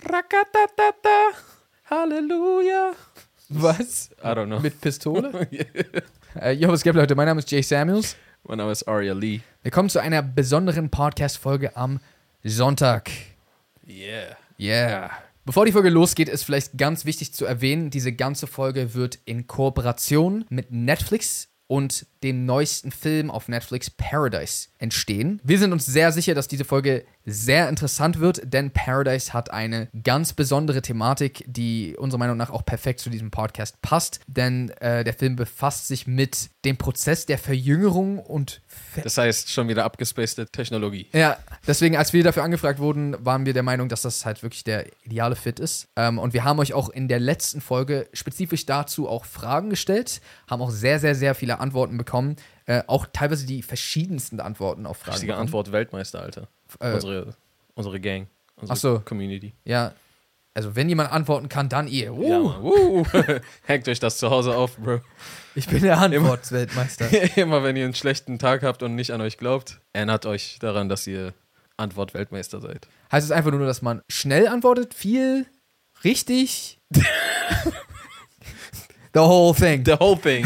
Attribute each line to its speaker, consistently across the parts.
Speaker 1: Rakatatata. Halleluja.
Speaker 2: Was?
Speaker 1: I don't know.
Speaker 2: Mit Pistole? äh, yo, was geht, Leute? Mein Name ist Jay Samuels.
Speaker 1: Mein Name ist Aria Lee.
Speaker 2: Willkommen zu einer besonderen Podcast-Folge am Sonntag.
Speaker 1: Yeah.
Speaker 2: Yeah.
Speaker 1: Ah.
Speaker 2: Bevor die Folge losgeht, ist vielleicht ganz wichtig zu erwähnen, diese ganze Folge wird in Kooperation mit Netflix und dem neuesten Film auf Netflix Paradise entstehen. Wir sind uns sehr sicher, dass diese Folge sehr interessant wird, denn Paradise hat eine ganz besondere Thematik, die unserer Meinung nach auch perfekt zu diesem Podcast passt, denn äh, der Film befasst sich mit dem Prozess der Verjüngerung und Ver
Speaker 1: Das heißt schon wieder abgespacete Technologie.
Speaker 2: ja, deswegen, als wir dafür angefragt wurden, waren wir der Meinung, dass das halt wirklich der ideale Fit ist. Ähm, und wir haben euch auch in der letzten Folge spezifisch dazu auch Fragen gestellt, haben auch sehr, sehr, sehr viele Antworten bekommen. Äh, auch teilweise die verschiedensten Antworten auf Fragen.
Speaker 1: Richtige
Speaker 2: bekommen.
Speaker 1: Antwort Weltmeister, Alter.
Speaker 2: Äh,
Speaker 1: unsere, unsere Gang. Unsere
Speaker 2: Ach so.
Speaker 1: Community.
Speaker 2: Ja, also wenn jemand antworten kann, dann ihr. Uh,
Speaker 1: Ja, Mann. Uh. Hackt euch das zu Hause auf, Bro.
Speaker 2: ich bin der Antwortweltmeister.
Speaker 1: Immer wenn ihr einen schlechten Tag habt und nicht an euch glaubt, erinnert euch daran, dass ihr Antwort Weltmeister seid.
Speaker 2: heißt es einfach nur, dass man schnell antwortet, viel, richtig. The whole thing.
Speaker 1: The whole thing.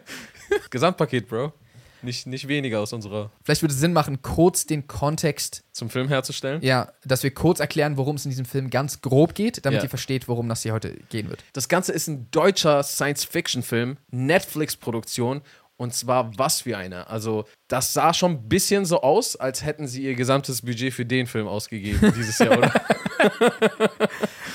Speaker 1: Gesamtpaket, Bro. Nicht, nicht weniger aus unserer
Speaker 2: Vielleicht würde es Sinn machen, kurz den Kontext
Speaker 1: zum Film herzustellen.
Speaker 2: Ja, dass wir kurz erklären, worum es in diesem Film ganz grob geht, damit
Speaker 1: Ja.
Speaker 2: ihr versteht, worum das hier heute gehen wird.
Speaker 1: Das Ganze ist ein deutscher Science-Fiction-Film, Netflix-Produktion. Und zwar was für eine. Also, das sah schon ein bisschen so aus, als hätten sie ihr gesamtes Budget für den Film ausgegeben dieses Jahr, oder?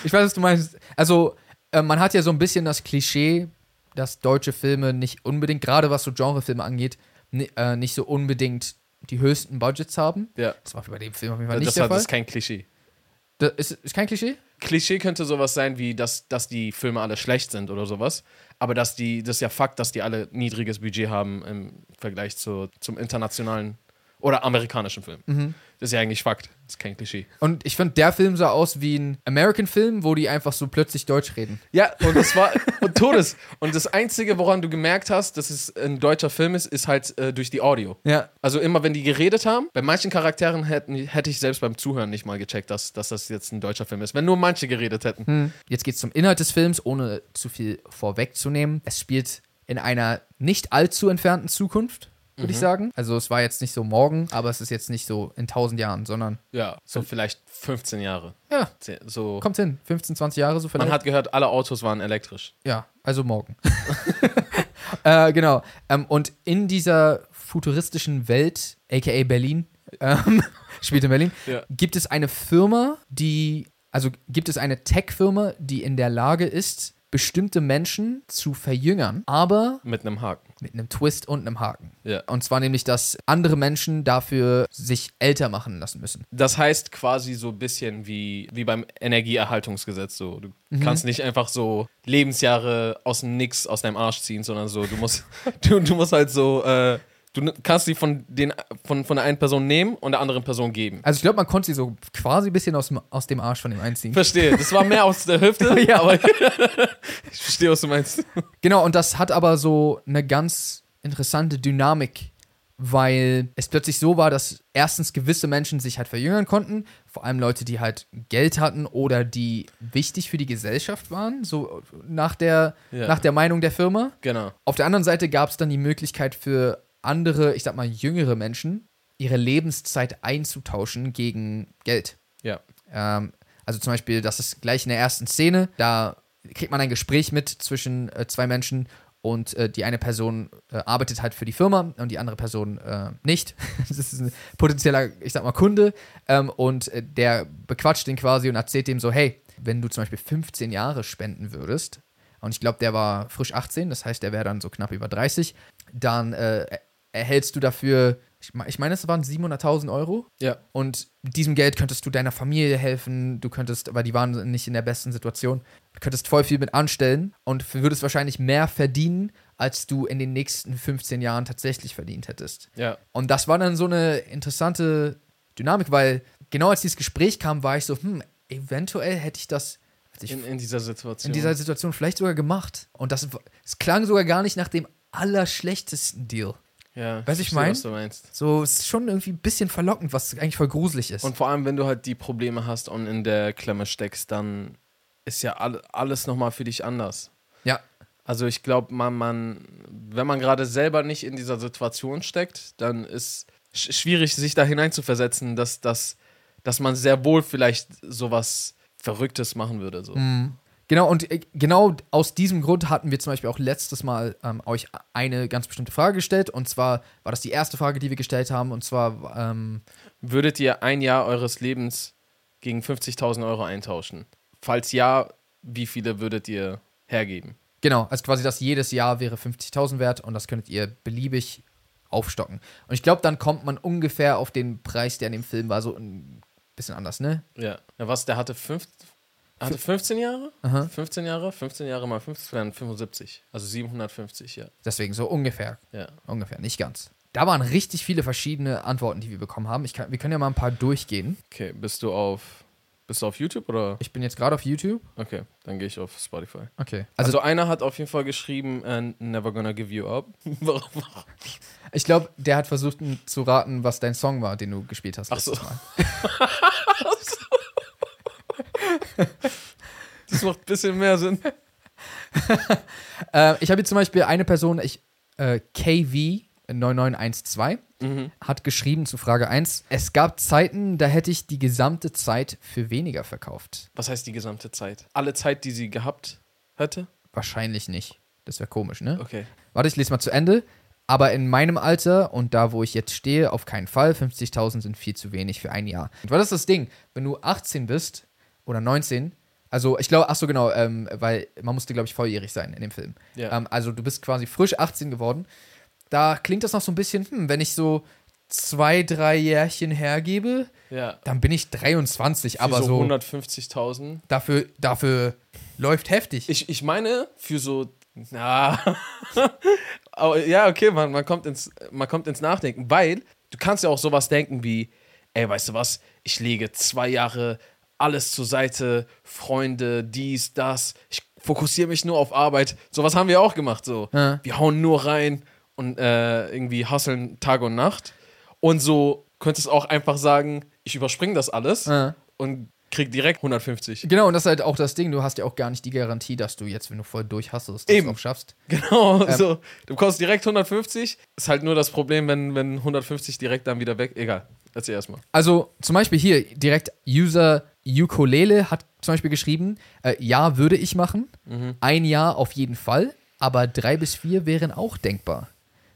Speaker 2: Ich weiß, was du meinst. Also, äh, man hat ja so ein bisschen das Klischee, dass deutsche Filme nicht unbedingt, gerade was so Genrefilme angeht, ni- äh, nicht so unbedingt die höchsten Budgets haben.
Speaker 1: Ja.
Speaker 2: Das war bei dem Film auf jeden Fall
Speaker 1: Das,
Speaker 2: nicht
Speaker 1: das,
Speaker 2: der
Speaker 1: hat-
Speaker 2: Fall.
Speaker 1: das ist kein Klischee.
Speaker 2: Das ist, ist kein Klischee?
Speaker 1: Klischee könnte sowas sein, wie dass, dass die Filme alle schlecht sind oder sowas. Aber dass die, das ist ja Fakt, dass die alle niedriges Budget haben im Vergleich zu, zum internationalen oder amerikanischen Film. Das ist ja eigentlich Fakt. Das ist kein Klischee.
Speaker 2: Und ich finde, der Film sah aus wie ein American-Film, wo die einfach so plötzlich Deutsch reden.
Speaker 1: Ja, und das war und Todes. Und das Einzige, woran du gemerkt hast, dass es ein deutscher Film ist, ist halt äh, durch die Audio.
Speaker 2: Ja.
Speaker 1: Also immer, wenn die geredet haben, bei manchen Charakteren hätten, hätte ich selbst beim Zuhören nicht mal gecheckt, dass, dass das jetzt ein deutscher Film ist. Wenn nur manche geredet hätten.
Speaker 2: Jetzt geht's zum Inhalt des Films, ohne zu viel vorwegzunehmen. Es spielt in einer nicht allzu entfernten Zukunft, würde
Speaker 1: Mhm.
Speaker 2: ich sagen. Also es war jetzt nicht so morgen, aber es ist jetzt nicht so in 1000 Jahren, sondern
Speaker 1: Ja, so vielleicht 15 Jahre.
Speaker 2: ja,
Speaker 1: Zehn- So.
Speaker 2: kommt hin, 15, 20 Jahre so vielleicht.
Speaker 1: Man hat gehört, alle Autos waren elektrisch.
Speaker 2: ja, also morgen. äh, genau. Ähm, und in dieser futuristischen Welt, aka Berlin, ähm, spielt in Berlin,
Speaker 1: Ja.
Speaker 2: gibt es eine Firma, die, also gibt es eine Tech-Firma, die in der Lage ist, bestimmte Menschen zu verjüngern, aber
Speaker 1: Mit einem Haken.
Speaker 2: mit einem Twist und einem Haken.
Speaker 1: Ja.
Speaker 2: Und zwar nämlich, dass andere Menschen dafür sich älter machen lassen müssen.
Speaker 1: Das heißt quasi so ein bisschen wie, wie beim Energieerhaltungsgesetz. So. Du
Speaker 2: Mhm.
Speaker 1: kannst nicht einfach so Lebensjahre aus dem Nix, aus deinem Arsch ziehen, sondern so, du musst, du, du musst halt so, äh, du n- kannst die von, den, von, von der einen Person nehmen und der anderen Person geben.
Speaker 2: Also ich glaube, man konnte sie so quasi ein bisschen aus dem, aus dem Arsch von dem einziehen.
Speaker 1: Verstehe, das war mehr aus der Hüfte,
Speaker 2: Ja.
Speaker 1: aber ich verstehe, was du meinst.
Speaker 2: Genau, und das hat aber so eine ganz interessante Dynamik, weil es plötzlich so war, dass erstens gewisse Menschen sich halt verjüngern konnten, vor allem Leute, die halt Geld hatten oder die wichtig für die Gesellschaft waren, so nach der,
Speaker 1: Ja.
Speaker 2: nach der Meinung der Firma.
Speaker 1: Genau.
Speaker 2: Auf der anderen Seite gab es dann die Möglichkeit für andere, ich sag mal jüngere Menschen, ihre Lebenszeit einzutauschen gegen Geld.
Speaker 1: Ja.
Speaker 2: Ähm, also zum Beispiel, das ist gleich in der ersten Szene, da kriegt man ein Gespräch mit zwischen äh, zwei Menschen und äh, die eine Person äh, arbeitet halt für die Firma und die andere Person äh, nicht. das ist ein potenzieller, ich sag mal, Kunde ähm, und äh, der bequatscht den quasi und erzählt dem so, hey, wenn du zum Beispiel 15 Jahre spenden würdest, und ich glaube, der war frisch 18, das heißt, der wäre dann so knapp über 30, dann äh, er- erhältst du dafür, ich, me- ich meine, es waren 700.000 Euro
Speaker 1: Ja.
Speaker 2: und mit diesem Geld könntest du deiner Familie helfen, du könntest, aber die waren nicht in der besten Situation, du könntest voll viel mit anstellen und f- würdest wahrscheinlich mehr verdienen, als du in den nächsten 15 Jahren tatsächlich verdient hättest.
Speaker 1: Ja.
Speaker 2: Und das war dann so eine interessante Dynamik, weil genau als dieses Gespräch kam, war ich so, hm, eventuell hätte ich das hätte ich
Speaker 1: in, in dieser Situation.
Speaker 2: in dieser Situation vielleicht sogar gemacht. Und das, w- es klang sogar gar nicht nach dem allerschlechtesten Deal.
Speaker 1: ja,
Speaker 2: Weiß ich
Speaker 1: verstehe,
Speaker 2: mein?
Speaker 1: was du meinst.
Speaker 2: So, es ist schon irgendwie ein bisschen verlockend, was eigentlich voll gruselig ist.
Speaker 1: Und vor allem, wenn du halt die Probleme hast und in der Klemme steckst, dann ist ja all, alles nochmal für dich anders.
Speaker 2: ja,
Speaker 1: Also ich glaube, man, man, wenn man gerade selber nicht in dieser Situation steckt, dann ist sch schwierig, sich da hineinzuversetzen, dass, dass, dass man sehr wohl vielleicht sowas Verrücktes machen würde. So.
Speaker 2: Genau, und äh, genau aus diesem Grund hatten wir zum Beispiel auch letztes Mal ähm, euch eine ganz bestimmte Frage gestellt. Und zwar war das die erste Frage, die wir gestellt haben. Und zwar, ähm,
Speaker 1: Würdet ihr ein Jahr eures Lebens gegen 50.000 Euro eintauschen? Falls ja, wie viele würdet ihr hergeben?
Speaker 2: genau, also quasi das jedes Jahr wäre 50.000 wert und das könntet ihr beliebig aufstocken. Und ich glaube, dann kommt man ungefähr auf den Preis, der in dem Film war, so ein bisschen anders, ne?
Speaker 1: Ja. Na was, der hatte, fünf, hatte 15 Jahre?
Speaker 2: Aha.
Speaker 1: 15 Jahre? 15 Jahre mal 50, dann 75. Also 750, ja.
Speaker 2: Deswegen so ungefähr,
Speaker 1: ja.
Speaker 2: ungefähr, nicht ganz. Da waren richtig viele verschiedene Antworten, die wir bekommen haben. Ich kann, wir können ja mal ein paar durchgehen.
Speaker 1: Okay, bist du auf. Bist du auf YouTube oder?
Speaker 2: Ich bin jetzt gerade auf YouTube.
Speaker 1: Okay, dann gehe ich auf Spotify.
Speaker 2: Okay. Also,
Speaker 1: Also, einer hat auf jeden Fall geschrieben, äh, Never Gonna Give You Up. Warum?
Speaker 2: Ich glaube, der hat versucht n- zu raten, was dein Song war, den du gespielt hast.
Speaker 1: Ach so.
Speaker 2: letztes Mal.
Speaker 1: Das macht ein bisschen mehr Sinn.
Speaker 2: Äh, ich habe jetzt zum Beispiel eine Person, ich, äh, KV9912,
Speaker 1: Mhm.
Speaker 2: hat geschrieben zu Frage 1, es gab Zeiten, da hätte ich die gesamte Zeit für weniger verkauft.
Speaker 1: Was heißt die gesamte Zeit? Alle Zeit, die sie gehabt hätte?
Speaker 2: Wahrscheinlich nicht. Das wäre komisch, ne?
Speaker 1: Okay.
Speaker 2: Warte, ich lese mal zu Ende. Aber in meinem Alter und da, wo ich jetzt stehe, auf keinen Fall. 50.000 sind viel zu wenig für ein Jahr. Weil das ist das Ding. Wenn du 18 bist oder 19, also ich glaube, ach so genau, ähm, weil man musste, glaube ich, volljährig sein in dem Film.
Speaker 1: Ja.
Speaker 2: Ähm, also du bist quasi frisch 18 geworden. Da klingt das noch so ein bisschen, hm, wenn ich so zwei, drei Jährchen hergebe,
Speaker 1: Ja.
Speaker 2: dann bin ich 23,
Speaker 1: Für
Speaker 2: aber
Speaker 1: so,
Speaker 2: so,
Speaker 1: 150.000.
Speaker 2: dafür, dafür läuft heftig.
Speaker 1: Ich, ich meine, für so. Na. Aber ja, okay, man, man, kommt ins, man kommt ins Nachdenken, weil du kannst ja auch sowas denken wie: Ey, weißt du was? Ich lege zwei Jahre alles zur Seite, Freunde, dies, das. Ich fokussiere mich nur auf Arbeit. Sowas haben wir auch gemacht. So.
Speaker 2: Ja.
Speaker 1: Wir hauen nur rein und äh, irgendwie hasseln Tag und Nacht. Und so könntest du auch einfach sagen: Ich überspringe das alles
Speaker 2: Ja.
Speaker 1: und krieg direkt 150.
Speaker 2: Genau, und das ist halt auch das Ding, du hast ja auch gar nicht die Garantie, dass du jetzt, wenn du voll durchhasselst, das
Speaker 1: Eben.
Speaker 2: auch schaffst.
Speaker 1: Genau, so. Du bekommst direkt 150. Ist halt nur das Problem, wenn, wenn 150 direkt dann wieder weg. Egal, erzähl erstmal.
Speaker 2: Also zum Beispiel hier direkt User Ukulele hat zum Beispiel geschrieben, äh, ja, würde ich machen, ein Jahr auf jeden Fall, aber drei bis vier wären auch denkbar.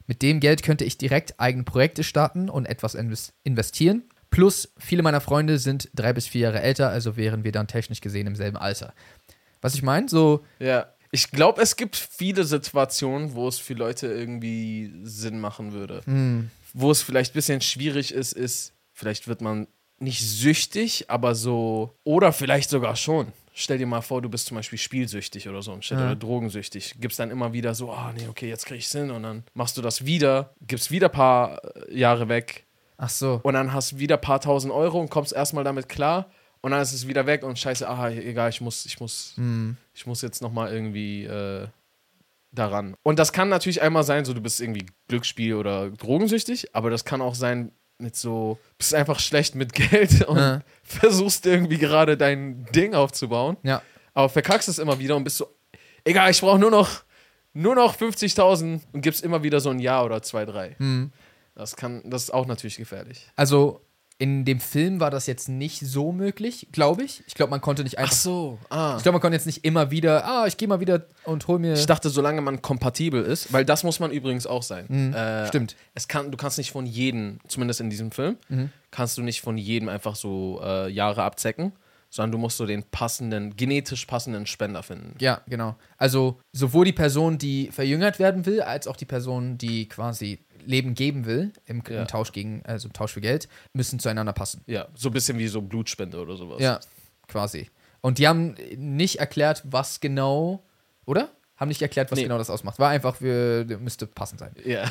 Speaker 2: Mit dem Geld könnte ich direkt eigene Projekte starten und etwas inves- investieren. Plus, viele meiner Freunde sind drei bis vier Jahre älter, also wären wir dann technisch gesehen im selben Alter. Was ich meine, so,
Speaker 1: Ja. Ich glaube, es gibt viele Situationen, wo es für Leute irgendwie Sinn machen würde. Wo es vielleicht ein bisschen schwierig ist, ist, vielleicht wird man nicht süchtig, aber so. Oder vielleicht sogar schon. Stell dir mal vor, du bist zum Beispiel spielsüchtig oder so ein Shit oder drogensüchtig. Gibst dann immer wieder so, ah, nee, okay, jetzt krieg ich's hin. Und dann machst du das wieder, gibst wieder ein paar äh, Jahre weg.
Speaker 2: ach so,
Speaker 1: und dann hast du wieder ein paar tausend Euro und kommst erstmal damit klar und dann ist es wieder weg und scheiße, aha, egal, ich muss, ich muss,
Speaker 2: Mhm.
Speaker 1: ich muss jetzt nochmal irgendwie äh, daran. Und das kann natürlich einmal sein, so du bist irgendwie Glücksspiel oder drogensüchtig, aber das kann auch sein mit so, bist einfach schlecht mit Geld und
Speaker 2: Ja.
Speaker 1: versuchst irgendwie gerade dein Ding aufzubauen,
Speaker 2: ja.
Speaker 1: aber verkackst es immer wieder und bist so, egal, ich brauche nur noch, nur noch 50.000 und gibst immer wieder so ein Jahr oder zwei, drei.
Speaker 2: Mhm.
Speaker 1: Das kann, das ist auch natürlich gefährlich.
Speaker 2: Also in dem Film war das jetzt nicht so möglich, glaube ich. Ich glaube, man konnte nicht
Speaker 1: Ach
Speaker 2: einfach.
Speaker 1: so, ah.
Speaker 2: Ich glaube, man konnte jetzt nicht immer wieder, ah, ich gehe mal wieder und hol mir.
Speaker 1: Ich dachte, solange man kompatibel ist, weil das muss man übrigens auch sein. Äh,
Speaker 2: Mhm, Stimmt.
Speaker 1: Es kann, du kannst nicht von jedem, zumindest in diesem Film,
Speaker 2: Mhm.
Speaker 1: kannst du nicht von jedem einfach so äh, Jahre abzecken, sondern du musst so den passenden, genetisch passenden Spender finden.
Speaker 2: Ja, genau. Also sowohl die Person, die verjüngert werden will, als auch die Person, die quasi Leben geben will, im,
Speaker 1: Ja.
Speaker 2: im Tausch gegen, also im Tausch für Geld, müssen zueinander passen.
Speaker 1: Ja, so ein bisschen wie so Blutspende oder sowas.
Speaker 2: Ja, quasi. Und die haben nicht erklärt, was genau, oder? Haben nicht erklärt, was
Speaker 1: Nee.
Speaker 2: genau das ausmacht. War einfach, wir, müsste passend sein.
Speaker 1: Ja,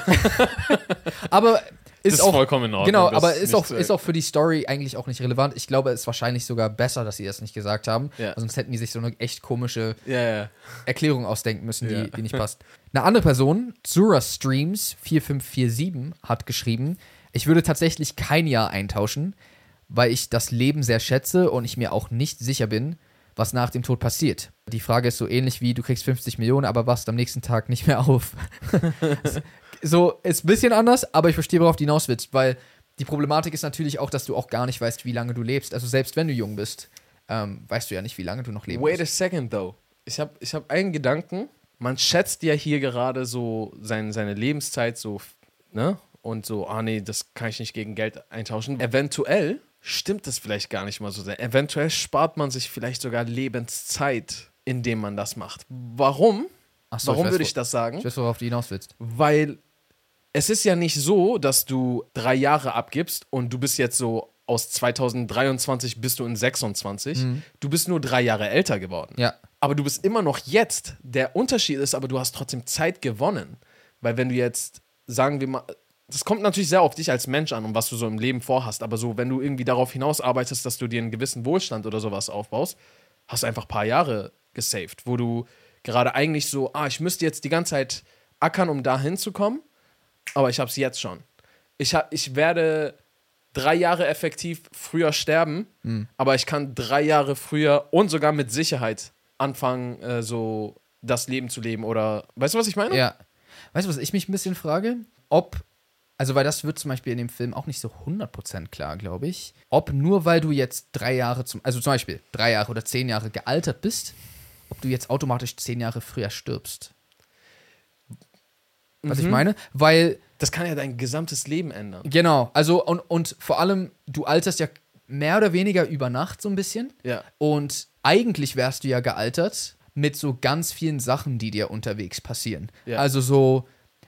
Speaker 2: Aber ist,
Speaker 1: das ist
Speaker 2: auch.
Speaker 1: vollkommen in Ordnung.
Speaker 2: Genau,
Speaker 1: das
Speaker 2: aber ist
Speaker 1: nicht
Speaker 2: auch,
Speaker 1: zu-
Speaker 2: ist auch für die Story eigentlich auch nicht relevant. Ich glaube, es ist wahrscheinlich sogar besser, dass sie das nicht gesagt haben.
Speaker 1: Ja.
Speaker 2: Weil Sonst hätten die sich so eine echt komische
Speaker 1: Ja, ja.
Speaker 2: Erklärung ausdenken müssen, die,
Speaker 1: Ja.
Speaker 2: die nicht passt. Eine andere Person, Zura Streams 4547, hat geschrieben, ich würde tatsächlich kein Jahr eintauschen, weil ich das Leben sehr schätze und ich mir auch nicht sicher bin, was nach dem Tod passiert. Die Frage ist so ähnlich wie, du kriegst 50 Millionen, aber wachst am nächsten Tag nicht mehr auf. so, ist ein bisschen anders, aber ich verstehe, worauf die hinaus willst, weil die Problematik ist natürlich auch, dass du auch gar nicht weißt, wie lange du lebst. Also selbst wenn du jung bist, ähm, weißt du ja nicht, wie lange du noch leben
Speaker 1: Wait
Speaker 2: wirst.
Speaker 1: a second, though. Ich habe ich hab einen Gedanken. Man schätzt ja hier gerade so sein, seine Lebenszeit so, ne? Und so, ah nee, das kann ich nicht gegen Geld eintauschen. Eventuell stimmt das vielleicht gar nicht mal so sehr. Eventuell spart man sich vielleicht sogar Lebenszeit, indem man das macht. Warum?
Speaker 2: Ach so,
Speaker 1: Warum
Speaker 2: weiß,
Speaker 1: würde
Speaker 2: wo-
Speaker 1: ich das sagen?
Speaker 2: Ich weiß, worauf du hinaus willst.
Speaker 1: weil es ist ja nicht so, dass du drei Jahre abgibst und du bist jetzt so aus 2023 bist du in 26. Du bist nur drei Jahre älter geworden.
Speaker 2: Ja.
Speaker 1: Aber du bist immer noch jetzt. Der Unterschied ist aber, du hast trotzdem Zeit gewonnen. Weil wenn du jetzt, sagen wir mal, das kommt natürlich sehr auf dich als Mensch an und was du so im Leben vorhast. Aber so, wenn du irgendwie darauf hinaus arbeitest, dass du dir einen gewissen Wohlstand oder sowas aufbaust, hast du einfach ein paar Jahre gesaved, wo du gerade eigentlich so, ah, ich müsste jetzt die ganze Zeit ackern, um da hinzukommen, aber ich habe es jetzt schon. Ich, hab, ich werde drei Jahre effektiv früher sterben,
Speaker 2: Hm.
Speaker 1: aber ich kann drei Jahre früher und sogar mit Sicherheit anfangen, äh, so das Leben zu leben oder, weißt du, was ich meine?
Speaker 2: Ja. Weißt du, was ich mich ein bisschen frage? Ob, also weil das wird zum Beispiel in dem Film auch nicht so 100% klar, glaube ich, ob nur weil du jetzt drei Jahre zum, also zum Beispiel drei Jahre oder zehn Jahre gealtert bist, ob du jetzt automatisch zehn Jahre früher stirbst. Was ich meine? Weil,
Speaker 1: Das kann ja dein gesamtes Leben ändern.
Speaker 2: genau, also und, und vor allem, du alterst ja mehr oder weniger über Nacht so ein bisschen.
Speaker 1: Ja.
Speaker 2: Und eigentlich wärst du ja gealtert mit so ganz vielen Sachen, die dir unterwegs passieren.
Speaker 1: Ja.
Speaker 2: Also so,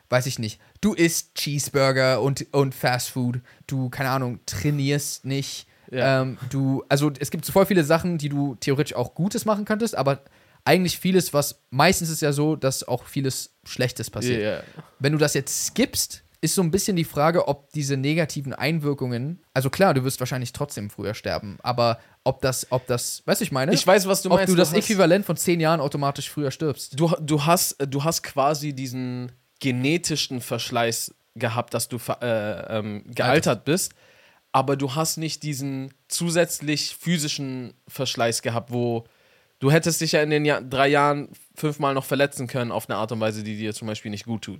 Speaker 2: weiß ich nicht, du isst Cheeseburger und, und Fast Food, du, keine Ahnung, trainierst nicht.
Speaker 1: Ja.
Speaker 2: Ähm, du, also es gibt so voll viele Sachen, die du theoretisch auch Gutes machen könntest, aber eigentlich vieles, was meistens ist ja so, dass auch vieles Schlechtes passiert.
Speaker 1: Ja, ja.
Speaker 2: Wenn du das jetzt skippst, ist so ein bisschen die Frage, ob diese negativen Einwirkungen, also klar, du wirst wahrscheinlich trotzdem früher sterben, aber ob das, ob das, weißt du, ich meine?
Speaker 1: Ich weiß, was du
Speaker 2: ob
Speaker 1: meinst.
Speaker 2: du das
Speaker 1: hast-
Speaker 2: Äquivalent von zehn Jahren automatisch früher stirbst.
Speaker 1: du, du, hast, äh, du hast quasi diesen genetischen Verschleiß gehabt, dass du ver- äh, ähm, gealtert bist, aber du hast nicht diesen zusätzlich physischen Verschleiß gehabt, wo du hättest dich ja in den Jahr, drei Jahren fünfmal noch verletzen können auf eine Art und Weise, die dir zum Beispiel nicht gut tut.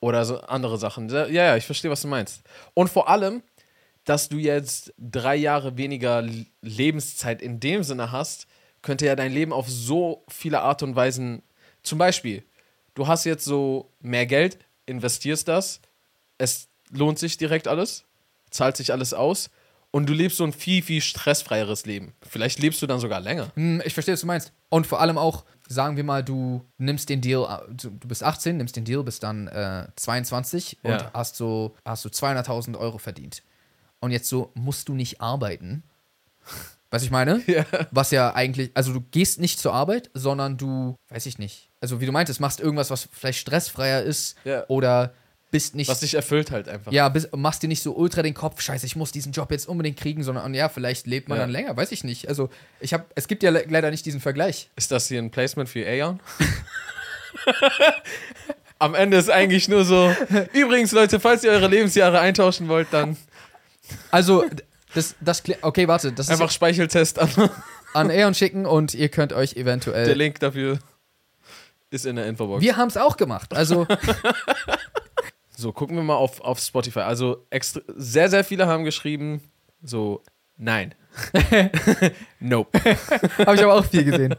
Speaker 1: Oder so andere Sachen. Ja, ja, ich verstehe, was du meinst. Und vor allem, dass du jetzt drei Jahre weniger L- Lebenszeit in dem Sinne hast, könnte ja dein Leben auf so viele Art und Weisen. Zum Beispiel, du hast jetzt so mehr Geld, investierst das, es lohnt sich direkt alles, zahlt sich alles aus und du lebst so ein viel, viel stressfreieres Leben. Vielleicht lebst du dann sogar länger.
Speaker 2: Hm, ich verstehe, was du meinst. Und vor allem auch, sagen wir mal, du nimmst den Deal, äh, du du bist 18, nimmst den Deal, bist dann äh, 22 und
Speaker 1: Ja.
Speaker 2: hast so, hast so 200.000 Euro verdient. Und jetzt so musst du nicht arbeiten. Was ich meine?
Speaker 1: Ja.
Speaker 2: Was ja eigentlich, also du gehst nicht zur Arbeit, sondern du, weiß ich nicht, also wie du meintest, machst irgendwas, was vielleicht stressfreier ist
Speaker 1: Ja.
Speaker 2: oder bist nicht
Speaker 1: Was dich erfüllt halt einfach.
Speaker 2: ja, bis, machst dir nicht so ultra den Kopf, scheiße, ich muss diesen Job jetzt unbedingt kriegen, sondern ja, vielleicht lebt man
Speaker 1: Ja.
Speaker 2: dann länger, weiß ich nicht. Also, ich habe, es gibt ja le leider nicht diesen Vergleich.
Speaker 1: Ist das hier ein Placement für Aeon? Am Ende ist eigentlich nur so, übrigens Leute, falls ihr eure Lebensjahre eintauschen wollt, dann
Speaker 2: Also, d- das, das, kli- okay, warte, das
Speaker 1: einfach Speicheltest an.
Speaker 2: ist an Aeon schicken und ihr könnt euch
Speaker 1: Der
Speaker 2: eventuell.
Speaker 1: Link dafür ist in der Infobox.
Speaker 2: Äh. Wir haben es auch gemacht. Also,
Speaker 1: So, gucken wir mal auf, auf Spotify. Also extra, sehr, sehr viele haben geschrieben, so, nein. nope.
Speaker 2: habe ich aber auch viel gesehen.